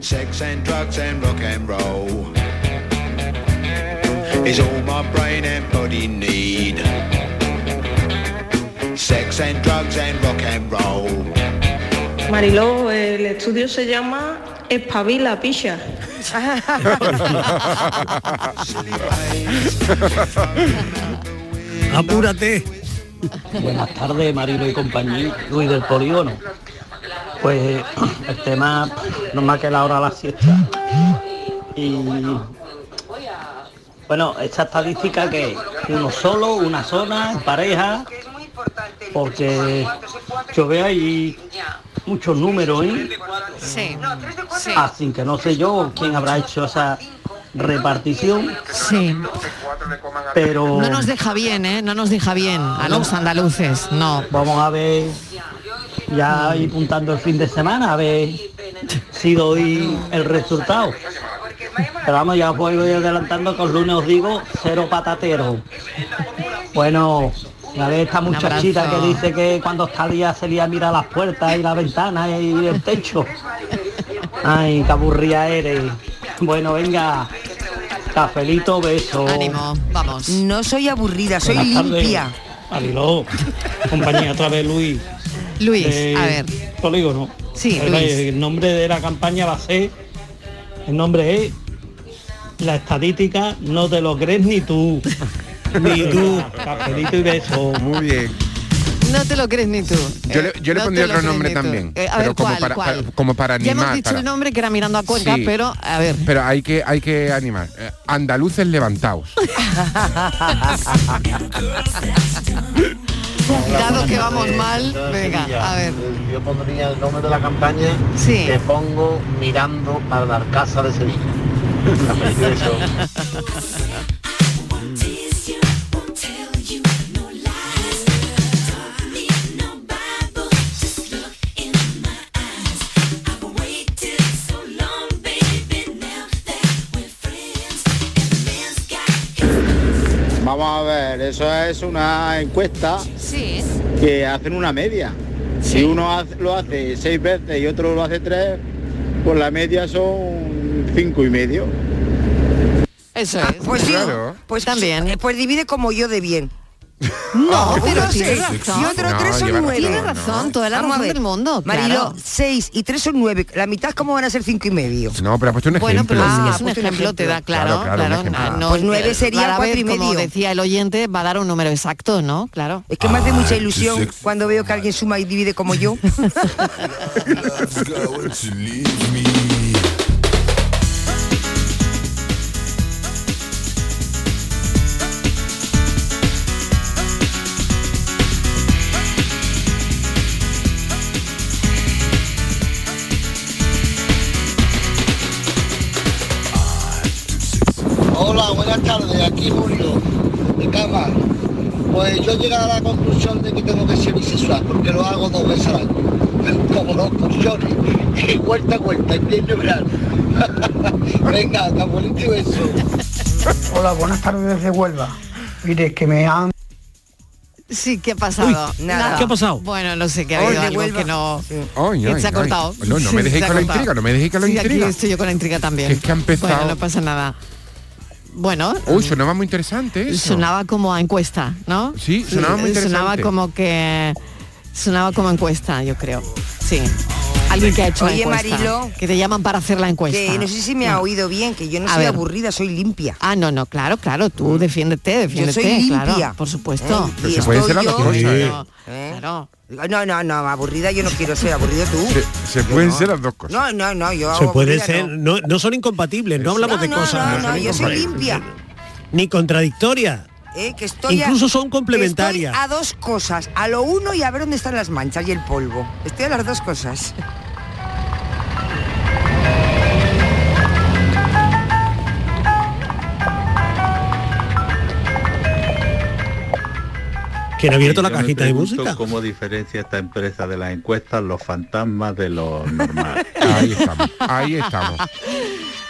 Speaker 12: Sex and drugs and rock and roll is all my brain and body need. Sex and drugs and rock and roll.
Speaker 13: Mariló, el estudio se llama Espabila Picha.
Speaker 5: Apúrate.
Speaker 14: Buenas tardes, Marilo y compañía, Luis del Polígono. Pues el tema, no más que la hora de la siesta. Y bueno, esta estadística que es uno solo, una zona, en pareja, porque yo veo ahí muchos números, ¿eh?
Speaker 3: Sí. sí.
Speaker 14: Así Ah, que no sé yo quién habrá hecho esa repartición,
Speaker 3: Sí.
Speaker 14: pero
Speaker 3: No nos deja bien, ¿eh? No nos deja bien a los andaluces, no.
Speaker 14: vamos a ver, ya ir puntando el fin de semana, a ver si doy el resultado. Pero vamos, ya os voy voy adelantando que os lunes os digo cero patatero. Bueno, ya ve esta
Speaker 3: Un abrazo.
Speaker 14: muchachita que dice que cuando está día se lía mira las puertas y las ventanas y el techo. Ay, qué aburrida eres. Bueno, venga. Cafelito, beso.
Speaker 3: vamos.
Speaker 6: No soy aburrida, soy
Speaker 14: Buenas tardes.
Speaker 6: limpia.
Speaker 14: Mariló, compañía, otra vez Luis.
Speaker 3: Luis,
Speaker 14: Eh,
Speaker 3: a ver.
Speaker 14: Polígono.
Speaker 3: Sí,
Speaker 14: el,
Speaker 3: Luis.
Speaker 14: el nombre de la campaña va a ser, el nombre es La estadística no te lo crees ni tú. ni tú. Cafelito y beso.
Speaker 4: Muy bien.
Speaker 3: No te lo crees ni tú.
Speaker 4: Yo le, yo le
Speaker 3: No
Speaker 4: pondría
Speaker 3: te lo
Speaker 4: otro
Speaker 3: crees
Speaker 4: nombre
Speaker 3: ni tú.
Speaker 4: también.
Speaker 3: Eh, a
Speaker 4: pero
Speaker 3: ver,
Speaker 4: como,
Speaker 3: ¿cuál,
Speaker 4: para,
Speaker 3: cuál?
Speaker 4: para- como para
Speaker 3: Ya
Speaker 4: animar.
Speaker 3: hemos dicho
Speaker 4: para-
Speaker 3: el nombre que era mirando a Cuenca,
Speaker 4: Ah, Sí.
Speaker 3: pero a ver.
Speaker 4: Pero hay que, hay que animar. Eh, Andaluces levantaos.
Speaker 3: Ah, Dado que vamos mal, venga, a ver.
Speaker 27: Yo pondría el nombre de la campaña
Speaker 3: Sí.
Speaker 27: Te pongo mirando para la casa de Sevilla.
Speaker 28: Vamos a ver, eso es una encuesta
Speaker 3: Sí.
Speaker 28: que hacen una media. Si uno hace- lo hace seis veces y otro lo hace tres, pues la media son cinco y medio.
Speaker 3: Eso es.
Speaker 6: Pues digo, pues también. pues divide como yo de bien. No,
Speaker 3: pero
Speaker 6: uno
Speaker 3: tiene
Speaker 6: seis
Speaker 3: razón.
Speaker 6: y otro
Speaker 3: No,
Speaker 6: tres son
Speaker 3: lleva razón,
Speaker 6: nueve.
Speaker 3: Tiene no. razón, toda la
Speaker 6: Vamos a
Speaker 3: razón
Speaker 6: ver,
Speaker 3: del mundo,
Speaker 6: Mariló,
Speaker 3: claro.
Speaker 6: seis y tres son nueve. La mitad, ¿cómo van a ser cinco y medio?
Speaker 4: No, pero ha puesto un ejemplo.
Speaker 3: Bueno, pero si es un
Speaker 6: pues un
Speaker 3: ejemplo, te da
Speaker 6: ejemplo. Claro,
Speaker 3: claro,
Speaker 6: claro,
Speaker 3: claro.
Speaker 6: un ejemplo.
Speaker 3: na- no-
Speaker 6: Pues nueve sería
Speaker 3: rara
Speaker 6: cuatro y
Speaker 3: vez, Como
Speaker 6: medio.
Speaker 3: decía el oyente, va a dar un número exacto, ¿no? Claro.
Speaker 6: Es que me hace
Speaker 3: Ah,
Speaker 6: mucha ilusión cuando veo que alguien suma y divide como yo.
Speaker 29: Hola, buenas tardes, aquí Julio, de Cama. Pues yo llegué a la conclusión de que tengo que ser bisexual, porque lo hago dos veces al año. Como dos pulsiones. Y vuelta a vuelta, entiendo verano. Venga, tan bonito y beso.
Speaker 16: Hola, buenas tardes desde Huelva. Mire, que me han...
Speaker 3: Sí, ¿qué ha pasado?
Speaker 16: Uy, nada. ¿Qué ha pasado?
Speaker 3: Bueno, no sé, que ha
Speaker 16: Hoy
Speaker 3: habido
Speaker 16: de
Speaker 3: algo
Speaker 16: Huelva.
Speaker 3: que no...
Speaker 4: Ay,
Speaker 3: que
Speaker 4: ay,
Speaker 3: se ha
Speaker 4: ay.
Speaker 3: cortado.
Speaker 4: No, no me
Speaker 3: Sí, se
Speaker 4: dejéis
Speaker 3: ha
Speaker 4: con la
Speaker 3: cortado.
Speaker 4: intriga, no me dejéis con la
Speaker 3: Sí,
Speaker 4: intriga.
Speaker 3: aquí estoy yo con la intriga también.
Speaker 4: Es que ha empezado-
Speaker 3: Bueno, no pasa nada. Bueno, mm,
Speaker 4: Uy, sonaba muy interesante eso.
Speaker 3: sonaba como a encuesta, ¿no? eh,
Speaker 4: Sí, sonaba muy
Speaker 3: Sonaba
Speaker 4: interesante.
Speaker 3: como que... Sonaba como encuesta, yo creo. Sí. Alguien que ha hecho la
Speaker 6: Oye,
Speaker 3: encuesta.
Speaker 6: Mariló.
Speaker 3: Que te llaman para hacer la encuesta.
Speaker 6: Que no sé si me ha oído bien, que yo no
Speaker 3: Pues A
Speaker 6: soy
Speaker 3: ver.
Speaker 6: aburrida, soy limpia.
Speaker 3: Ah, no, no, claro, claro, tú defiéndete,
Speaker 6: Yo
Speaker 3: defiéndete,
Speaker 6: soy limpia. Eh,
Speaker 3: claro, por supuesto.
Speaker 6: Pero se pueden ser las dos cosas, ¿eh?
Speaker 3: ¿Eh? Claro.
Speaker 6: No, no, no, aburrida yo no quiero ser, aburrido tú.
Speaker 4: Se pueden ser las dos cosas.
Speaker 6: No, no, no, yo
Speaker 5: Se puede
Speaker 6: aburrida
Speaker 5: ser,
Speaker 6: no.
Speaker 5: no, no son incompatibles, no hablamos de
Speaker 6: no,
Speaker 5: cosas
Speaker 6: No, no, yo soy limpia.
Speaker 5: ni contradictorias.
Speaker 6: eh, que estoy a-
Speaker 5: Incluso son complementarias.
Speaker 6: estoy a dos cosas, a lo uno y a ver dónde están las manchas y el polvo. Estoy a las dos cosas.
Speaker 5: Que no ha abierto la
Speaker 16: Yo me
Speaker 5: cajita de
Speaker 16: pregunto
Speaker 5: música.
Speaker 16: ¿Cómo diferencia esta empresa de las encuestas los fantasmas de los normales?
Speaker 4: ahí estamos, ahí estamos.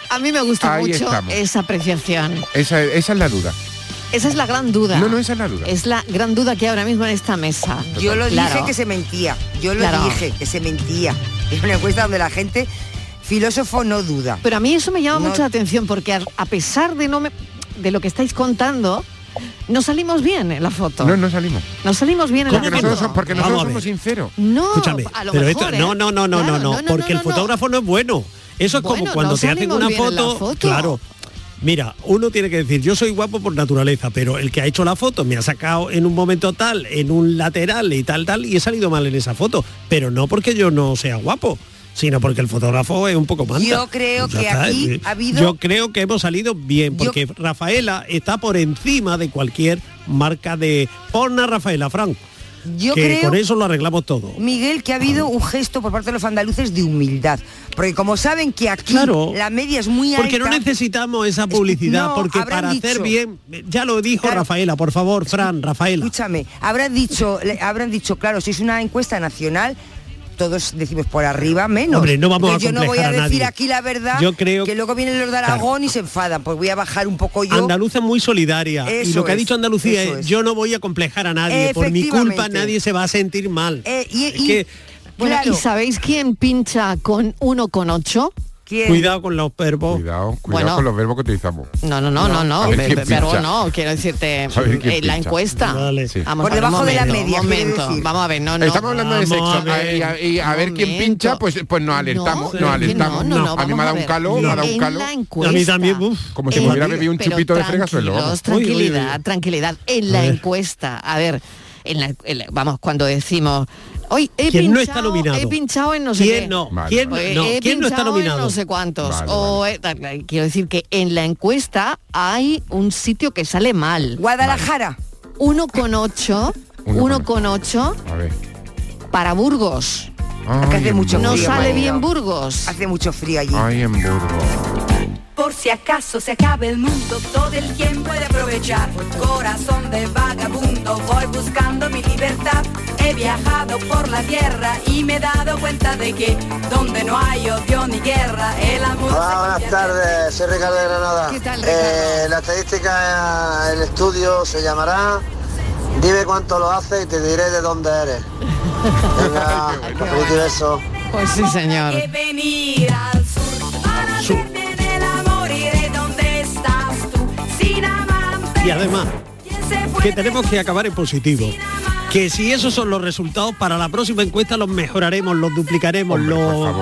Speaker 3: A mí me gusta
Speaker 4: Ahí
Speaker 3: mucho
Speaker 4: estamos.
Speaker 3: esa apreciación.
Speaker 4: Esa, esa es la duda.
Speaker 3: Esa es la gran duda.
Speaker 4: No, no, esa es la duda.
Speaker 3: Es la gran duda que hay ahora mismo en esta mesa.
Speaker 6: Yo lo
Speaker 3: Claro.
Speaker 6: dije que se mentía. Yo lo
Speaker 3: Claro.
Speaker 6: dije que se mentía. Es una encuesta donde la gente, filósofo no duda.
Speaker 3: Pero a mí eso me llama
Speaker 6: No.
Speaker 3: mucho la atención porque a, a pesar de no me- de lo que estáis contando, no salimos bien en la foto.
Speaker 4: No, no salimos.
Speaker 3: No salimos bien en la
Speaker 4: Porque
Speaker 3: foto.
Speaker 4: nosotros, somos- porque
Speaker 5: Vamos
Speaker 4: nosotros
Speaker 5: a ver.
Speaker 4: somos sinceros.
Speaker 3: No,
Speaker 5: Escúchame,
Speaker 3: a lo
Speaker 5: pero
Speaker 3: mejor,
Speaker 5: esto
Speaker 3: ¿eh?
Speaker 5: no, no, no, no,
Speaker 3: Claro,
Speaker 5: no,
Speaker 3: no, no,
Speaker 5: porque
Speaker 3: no,
Speaker 5: el
Speaker 3: no,
Speaker 5: fotógrafo no es bueno. Eso es
Speaker 3: Bueno,
Speaker 5: como cuando
Speaker 3: no
Speaker 5: te hacen
Speaker 3: salimos
Speaker 5: una
Speaker 3: bien en la
Speaker 5: foto,
Speaker 3: foto.
Speaker 5: claro. Mira, uno tiene que decir, yo soy guapo por naturaleza, pero el que ha hecho la foto me ha sacado en un momento tal, en un lateral y tal, tal, y he salido mal en esa foto. Pero no porque yo no sea guapo, sino porque el fotógrafo es un poco manta.
Speaker 6: Yo creo
Speaker 5: Ya
Speaker 6: que
Speaker 5: está,
Speaker 6: aquí
Speaker 5: eh,
Speaker 6: ha habido-
Speaker 5: Yo creo que hemos salido bien, porque Rafaela está por encima de cualquier marca de... Porna Rafaela, Frank.
Speaker 6: Yo
Speaker 5: que
Speaker 6: creo-
Speaker 5: con eso lo arreglamos todo.
Speaker 6: Miguel, que ha habido un gesto por parte de los andaluces de humildad. Porque como saben que aquí
Speaker 5: Claro.
Speaker 6: la media es muy alta.
Speaker 5: Porque no necesitamos esa publicidad,
Speaker 6: No,
Speaker 5: porque
Speaker 6: habrán
Speaker 5: para
Speaker 6: dicho.
Speaker 5: hacer bien, ya lo dijo Rafaela, por favor, Fran, Rafaela.
Speaker 6: Escúchame, habrán dicho, le- habrán dicho, claro, si es una encuesta nacional, todos decimos por arriba menos.
Speaker 5: Hombre, no vamos a
Speaker 6: Entonces, Yo no voy a
Speaker 5: acomplejar a
Speaker 6: decir
Speaker 5: nadie.
Speaker 6: aquí la verdad,
Speaker 5: Yo creo-
Speaker 6: que luego vienen los de Aragón y se enfadan. Pues voy a bajar un poco yo.
Speaker 5: Andaluza es muy solidaria y
Speaker 6: Eso
Speaker 5: lo que ha
Speaker 6: es,
Speaker 5: dicho Andalucía es,
Speaker 6: eso es.
Speaker 5: yo no voy a complejar a nadie, por mi
Speaker 6: Efectivamente. Eh,
Speaker 5: culpa nadie se va a sentir mal. Es que,
Speaker 3: Bueno, ¿y sabéis quién pincha con 1,8?
Speaker 5: cuidado con los verbos.
Speaker 4: Cuidado, cuidado
Speaker 3: Bueno.
Speaker 4: con los verbos que utilizamos.
Speaker 3: No, no, no, no,
Speaker 4: A
Speaker 3: no,
Speaker 4: ver quién
Speaker 3: pe- pero
Speaker 4: pincha.
Speaker 3: no, quiero decirte,
Speaker 4: A ver quién
Speaker 3: eh, la
Speaker 4: pincha.
Speaker 3: encuesta.
Speaker 4: Sí.
Speaker 3: Vamos
Speaker 4: Por
Speaker 3: a ver, un
Speaker 4: debajo de
Speaker 3: momento,
Speaker 4: la
Speaker 3: un
Speaker 4: media, quiere
Speaker 3: momento,
Speaker 4: decir.
Speaker 3: vamos a ver, no, no.
Speaker 4: Estamos hablando de sexo
Speaker 3: Vamos a
Speaker 4: y a, y a ver quién pincha, pues, pues nos alertamos,
Speaker 3: No,
Speaker 4: nos
Speaker 3: es que
Speaker 4: alertamos.
Speaker 3: Oh, no, no, no,
Speaker 4: a mí
Speaker 3: vamos
Speaker 4: me ha
Speaker 3: a
Speaker 4: dado un
Speaker 3: ver.
Speaker 4: calor, me ha dado
Speaker 3: En
Speaker 4: un calor.
Speaker 3: la encuesta. A mí también, uf.
Speaker 4: como si
Speaker 3: En-
Speaker 4: me hubiera bebido un
Speaker 3: pero
Speaker 4: chupito de fregasuelo.
Speaker 3: tranquilos,
Speaker 4: vamos.
Speaker 3: Tranquilidad, tranquilidad. En la encuesta, a ver, en la, en la- vamos, cuando decimos, hoy he pinchado,
Speaker 5: ¿Quién no está nominado?
Speaker 3: he pinchado en no sé
Speaker 5: ¿Quién
Speaker 3: qué".
Speaker 5: no? Vale, ¿Quién
Speaker 3: O,
Speaker 5: no?
Speaker 3: "He
Speaker 5: No, ¿quién no está
Speaker 3: pinchado en
Speaker 5: nominado?".
Speaker 3: no sé cuántos.
Speaker 5: Vale,
Speaker 3: o, eh, tal, tal. quiero decir que en la encuesta hay un sitio que sale mal.
Speaker 6: Guadalajara.
Speaker 3: 1,8, 1,8
Speaker 4: A ver.
Speaker 3: para Burgos.
Speaker 6: Acá hace mucho
Speaker 3: no
Speaker 6: frío,
Speaker 3: sale
Speaker 6: María.
Speaker 3: bien Burgos.
Speaker 6: Hace mucho frío allí.
Speaker 4: Ay, en Burgos.
Speaker 30: Por si acaso se acaba el mundo, todo el tiempo he de aprovechar. Corazón de vagabundo, voy buscando mi libertad. He viajado por la tierra y me he dado cuenta de que donde no hay odio ni guerra, el amor...
Speaker 31: Hola, buenas tardes, soy Ricardo de Granada. Eh, la estadística, el estudio se llamará Dime cuánto lo haces y te diré de dónde eres. Venga, cafelito y beso.
Speaker 3: Pues sí, señor.
Speaker 30: que venir al sur para hacerte del amor y de donde estás tú sin amante.
Speaker 5: Y además, que tenemos que acabar en positivo. Que si esos son los resultados, para la próxima encuesta los mejoraremos, los duplicaremos, los...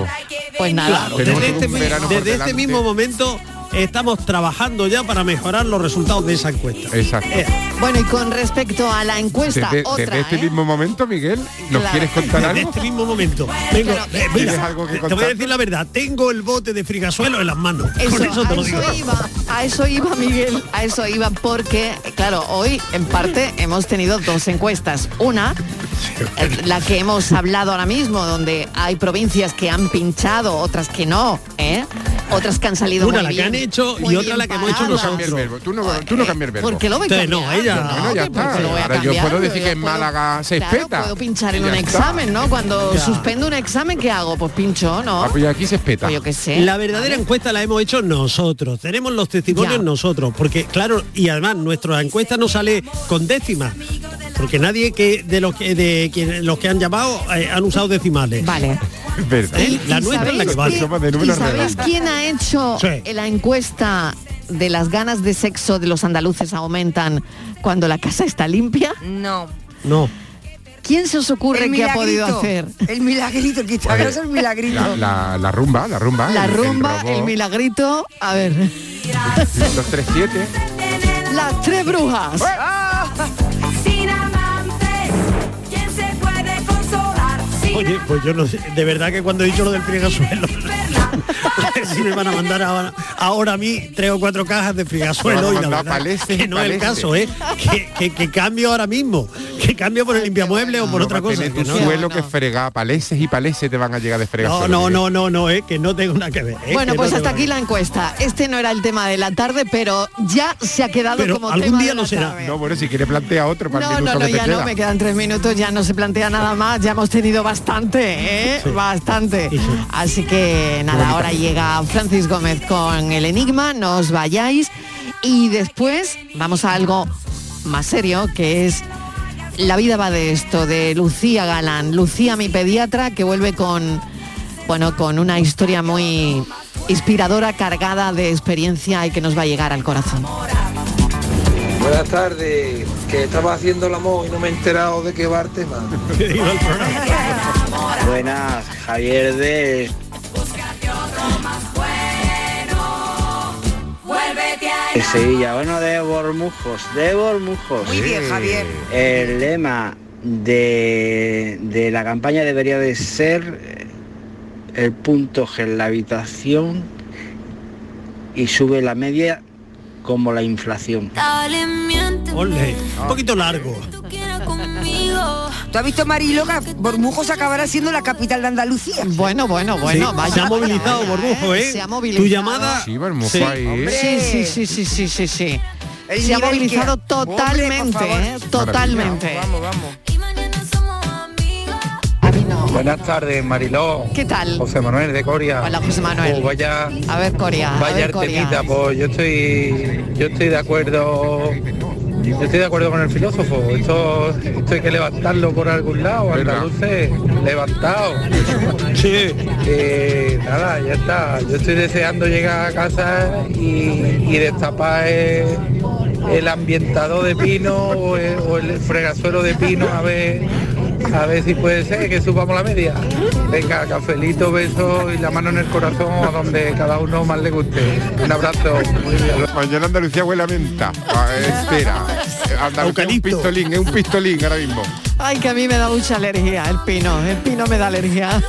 Speaker 3: Pues nada.
Speaker 5: Claro,
Speaker 3: Tenemos
Speaker 5: desde este,
Speaker 3: un
Speaker 5: mi-
Speaker 3: verano por
Speaker 5: desde este
Speaker 3: delante.
Speaker 5: mismo momento estamos trabajando ya para mejorar los resultados de esa encuesta.
Speaker 4: Exacto.
Speaker 5: Eh,
Speaker 3: Bueno, y con respecto a la encuesta,
Speaker 4: Desde,
Speaker 3: otra,
Speaker 4: desde este
Speaker 3: ¿eh?
Speaker 4: mismo momento, Miguel, ¿nos
Speaker 3: Claro.
Speaker 4: quieres contar
Speaker 5: Desde
Speaker 4: algo?
Speaker 5: este mismo momento. Tengo- eh, mira,
Speaker 4: ¿Tienes algo que
Speaker 5: te- te voy a decir la verdad, tengo el bote de frigasuelo en las manos.
Speaker 3: Eso,
Speaker 5: Con eso te
Speaker 3: a
Speaker 5: lo digo.
Speaker 3: eso iba, a eso iba Miguel, a eso iba porque, claro, hoy en parte hemos tenido dos encuestas. Una, eh, la que hemos hablado ahora mismo, donde hay provincias que han pinchado, otras que no, ¿eh? Otras que han salido
Speaker 5: Una
Speaker 3: muy
Speaker 5: la que
Speaker 3: bien,
Speaker 5: han hecho
Speaker 3: muy
Speaker 5: y otra
Speaker 3: bien
Speaker 5: la que hemos hecho
Speaker 3: paradas.
Speaker 4: Cambia el verbo. Tú no, tú no cambias el verbo.
Speaker 3: ¿Por qué lo voy a
Speaker 4: Entonces,
Speaker 3: cambiar?
Speaker 4: No,
Speaker 3: Yo
Speaker 4: ella. Bueno, ya
Speaker 3: ¿por qué
Speaker 4: está.
Speaker 3: lo voy a
Speaker 4: Ahora yo
Speaker 3: cambiar?
Speaker 4: puedo decir
Speaker 3: Yo
Speaker 4: que en
Speaker 3: puedo-
Speaker 4: Málaga se
Speaker 3: claro,
Speaker 4: espeta.
Speaker 3: puedo pinchar en
Speaker 4: Y
Speaker 3: un
Speaker 4: ya está.
Speaker 3: examen, ¿no? Cuando
Speaker 5: Ya.
Speaker 3: suspendo un examen, ¿qué hago? Pues pincho, ¿no?
Speaker 4: Ah, pues ya aquí se espeta.
Speaker 3: Pues yo qué sé.
Speaker 5: La verdadera encuesta la hemos hecho nosotros, tenemos los testimonios nosotros, porque claro, y además nuestra encuesta no sale con décimas, porque nadie que de los que de quien- los que han llamado eh, han usado decimales. ¿Eh?
Speaker 3: Vale.
Speaker 5: La nuestra es la que vale.
Speaker 3: ¿Y sabéis quién ha hecho
Speaker 5: Sí.
Speaker 3: la encuesta de las ganas de sexo de los andaluces aumentan cuando la casa está limpia?
Speaker 6: No.
Speaker 5: No.
Speaker 3: ¿Quién se os ocurre que ha podido hacer?
Speaker 6: El milagrito, el quitagroso, el milagrito.
Speaker 4: La, la- la rumba, la rumba.
Speaker 3: La
Speaker 4: el- el
Speaker 3: rumba,
Speaker 4: robo,
Speaker 3: el milagrito, a ver,
Speaker 4: Los 3-7.
Speaker 3: las tres brujas.
Speaker 1: Eh,
Speaker 15: Sin amantes, ¿quién se puede consolar? Sin
Speaker 5: Oye, pues yo no sé, de verdad que cuando he dicho lo del friegasuelo, si me van a mandar ahora, ahora a mí tres o cuatro cajas de
Speaker 4: Me
Speaker 5: friegasuelo
Speaker 4: van
Speaker 5: y
Speaker 4: a
Speaker 5: la
Speaker 4: mandar
Speaker 5: verdad
Speaker 4: paleste,
Speaker 5: que no es el
Speaker 4: paleste.
Speaker 5: caso, ¿eh? Que, que- que cambio ahora mismo, que cambio por el limpiamueble o por otra cosa.
Speaker 4: Tienes
Speaker 5: que
Speaker 4: un
Speaker 5: no.
Speaker 4: suelo que frega, paleses y paleses te van a llegar de fregar.
Speaker 5: No, no, no, no, no, eh, que no tengo nada que ver. eh,
Speaker 3: Bueno,
Speaker 5: que
Speaker 3: pues
Speaker 5: no
Speaker 3: hasta
Speaker 5: tengo
Speaker 3: aquí la encuesta. Este no era el tema de la tarde, pero ya se ha quedado
Speaker 4: Pero
Speaker 3: como
Speaker 4: algún
Speaker 3: tema
Speaker 4: día
Speaker 3: de la
Speaker 4: no será.
Speaker 3: tarde.
Speaker 4: No, bueno, si quiere plantea otro para
Speaker 3: No,
Speaker 4: el
Speaker 3: no,
Speaker 4: minuto
Speaker 3: no,
Speaker 4: que te
Speaker 3: ya
Speaker 4: queda.
Speaker 3: no, me quedan tres minutos, ya no se plantea nada más, ya hemos tenido bastante, ¿eh? bastante. Así que nada, ahora llega Francis Gómez con el enigma, no os vayáis y después vamos a algo más serio, que es La vida va de esto, de Lucía Galán, Lucía mi pediatra, que vuelve con, bueno, con una historia muy inspiradora, cargada de experiencia y que nos va a llegar al corazón.
Speaker 2: Buenas tardes, que estaba haciendo el amor y no me he enterado de qué va el tema.
Speaker 7: Buenas, Javier de...
Speaker 15: Vuélvete a
Speaker 7: de Sevilla, bueno, de Bormujos, de Bormujos.
Speaker 15: Muy bien, Javier.
Speaker 7: El lema de, de la campaña debería de ser eh, el punto G en la habitación y sube la media como la inflación.
Speaker 15: Dale, miénteme.
Speaker 7: Ole,
Speaker 5: un poquito largo.
Speaker 15: conmigo.
Speaker 6: ¿Tú has visto Mariloca? Bormujos acabará siendo la capital de Andalucía.
Speaker 3: Bueno, bueno, bueno,
Speaker 5: Sí, vaya, se ha vaya, movilizado, vaya, Borbujo, ¿eh? ¿eh? Se ha Tu movilizado. llamada-
Speaker 4: Sí, Bermejo
Speaker 5: Sí.
Speaker 4: ahí, ¿eh?
Speaker 3: Sí, sí, sí, sí, sí, sí, sí.
Speaker 6: El
Speaker 3: Se ha
Speaker 6: nivel
Speaker 3: movilizado
Speaker 6: que-
Speaker 3: totalmente,
Speaker 6: Hombre, por favor.
Speaker 3: ¿eh? totalmente.
Speaker 6: Vamos, vamos.
Speaker 2: Buenas tardes, Mariló.
Speaker 3: ¿Qué tal?
Speaker 2: José Manuel de Coria.
Speaker 3: Hola, José Manuel.
Speaker 2: Oh, vaya
Speaker 3: A ver, Corea. a
Speaker 2: Vaya
Speaker 3: ver, Corea.
Speaker 2: artemita, pues yo estoy, yo estoy de acuerdo, yo estoy de acuerdo con el filósofo. Esto, esto hay que levantarlo por algún lado, andaluces, levantado. Que nada, ya está. Yo estoy deseando llegar a casa y, y destapar el, el ambientador de pino o el, o el fregazuelo de pino a ver. A ver si puede ser que subamos la media. Venga, cafelito, beso y la mano en el corazón a donde cada uno más le guste. Un abrazo.
Speaker 4: Mañana Pues Andalucía huele a menta. Ah, espera. Andalucía es un pistolín, es un pistolín ahora mismo.
Speaker 3: Ay, que a mí me da mucha alergia el pino. El pino me da alergia.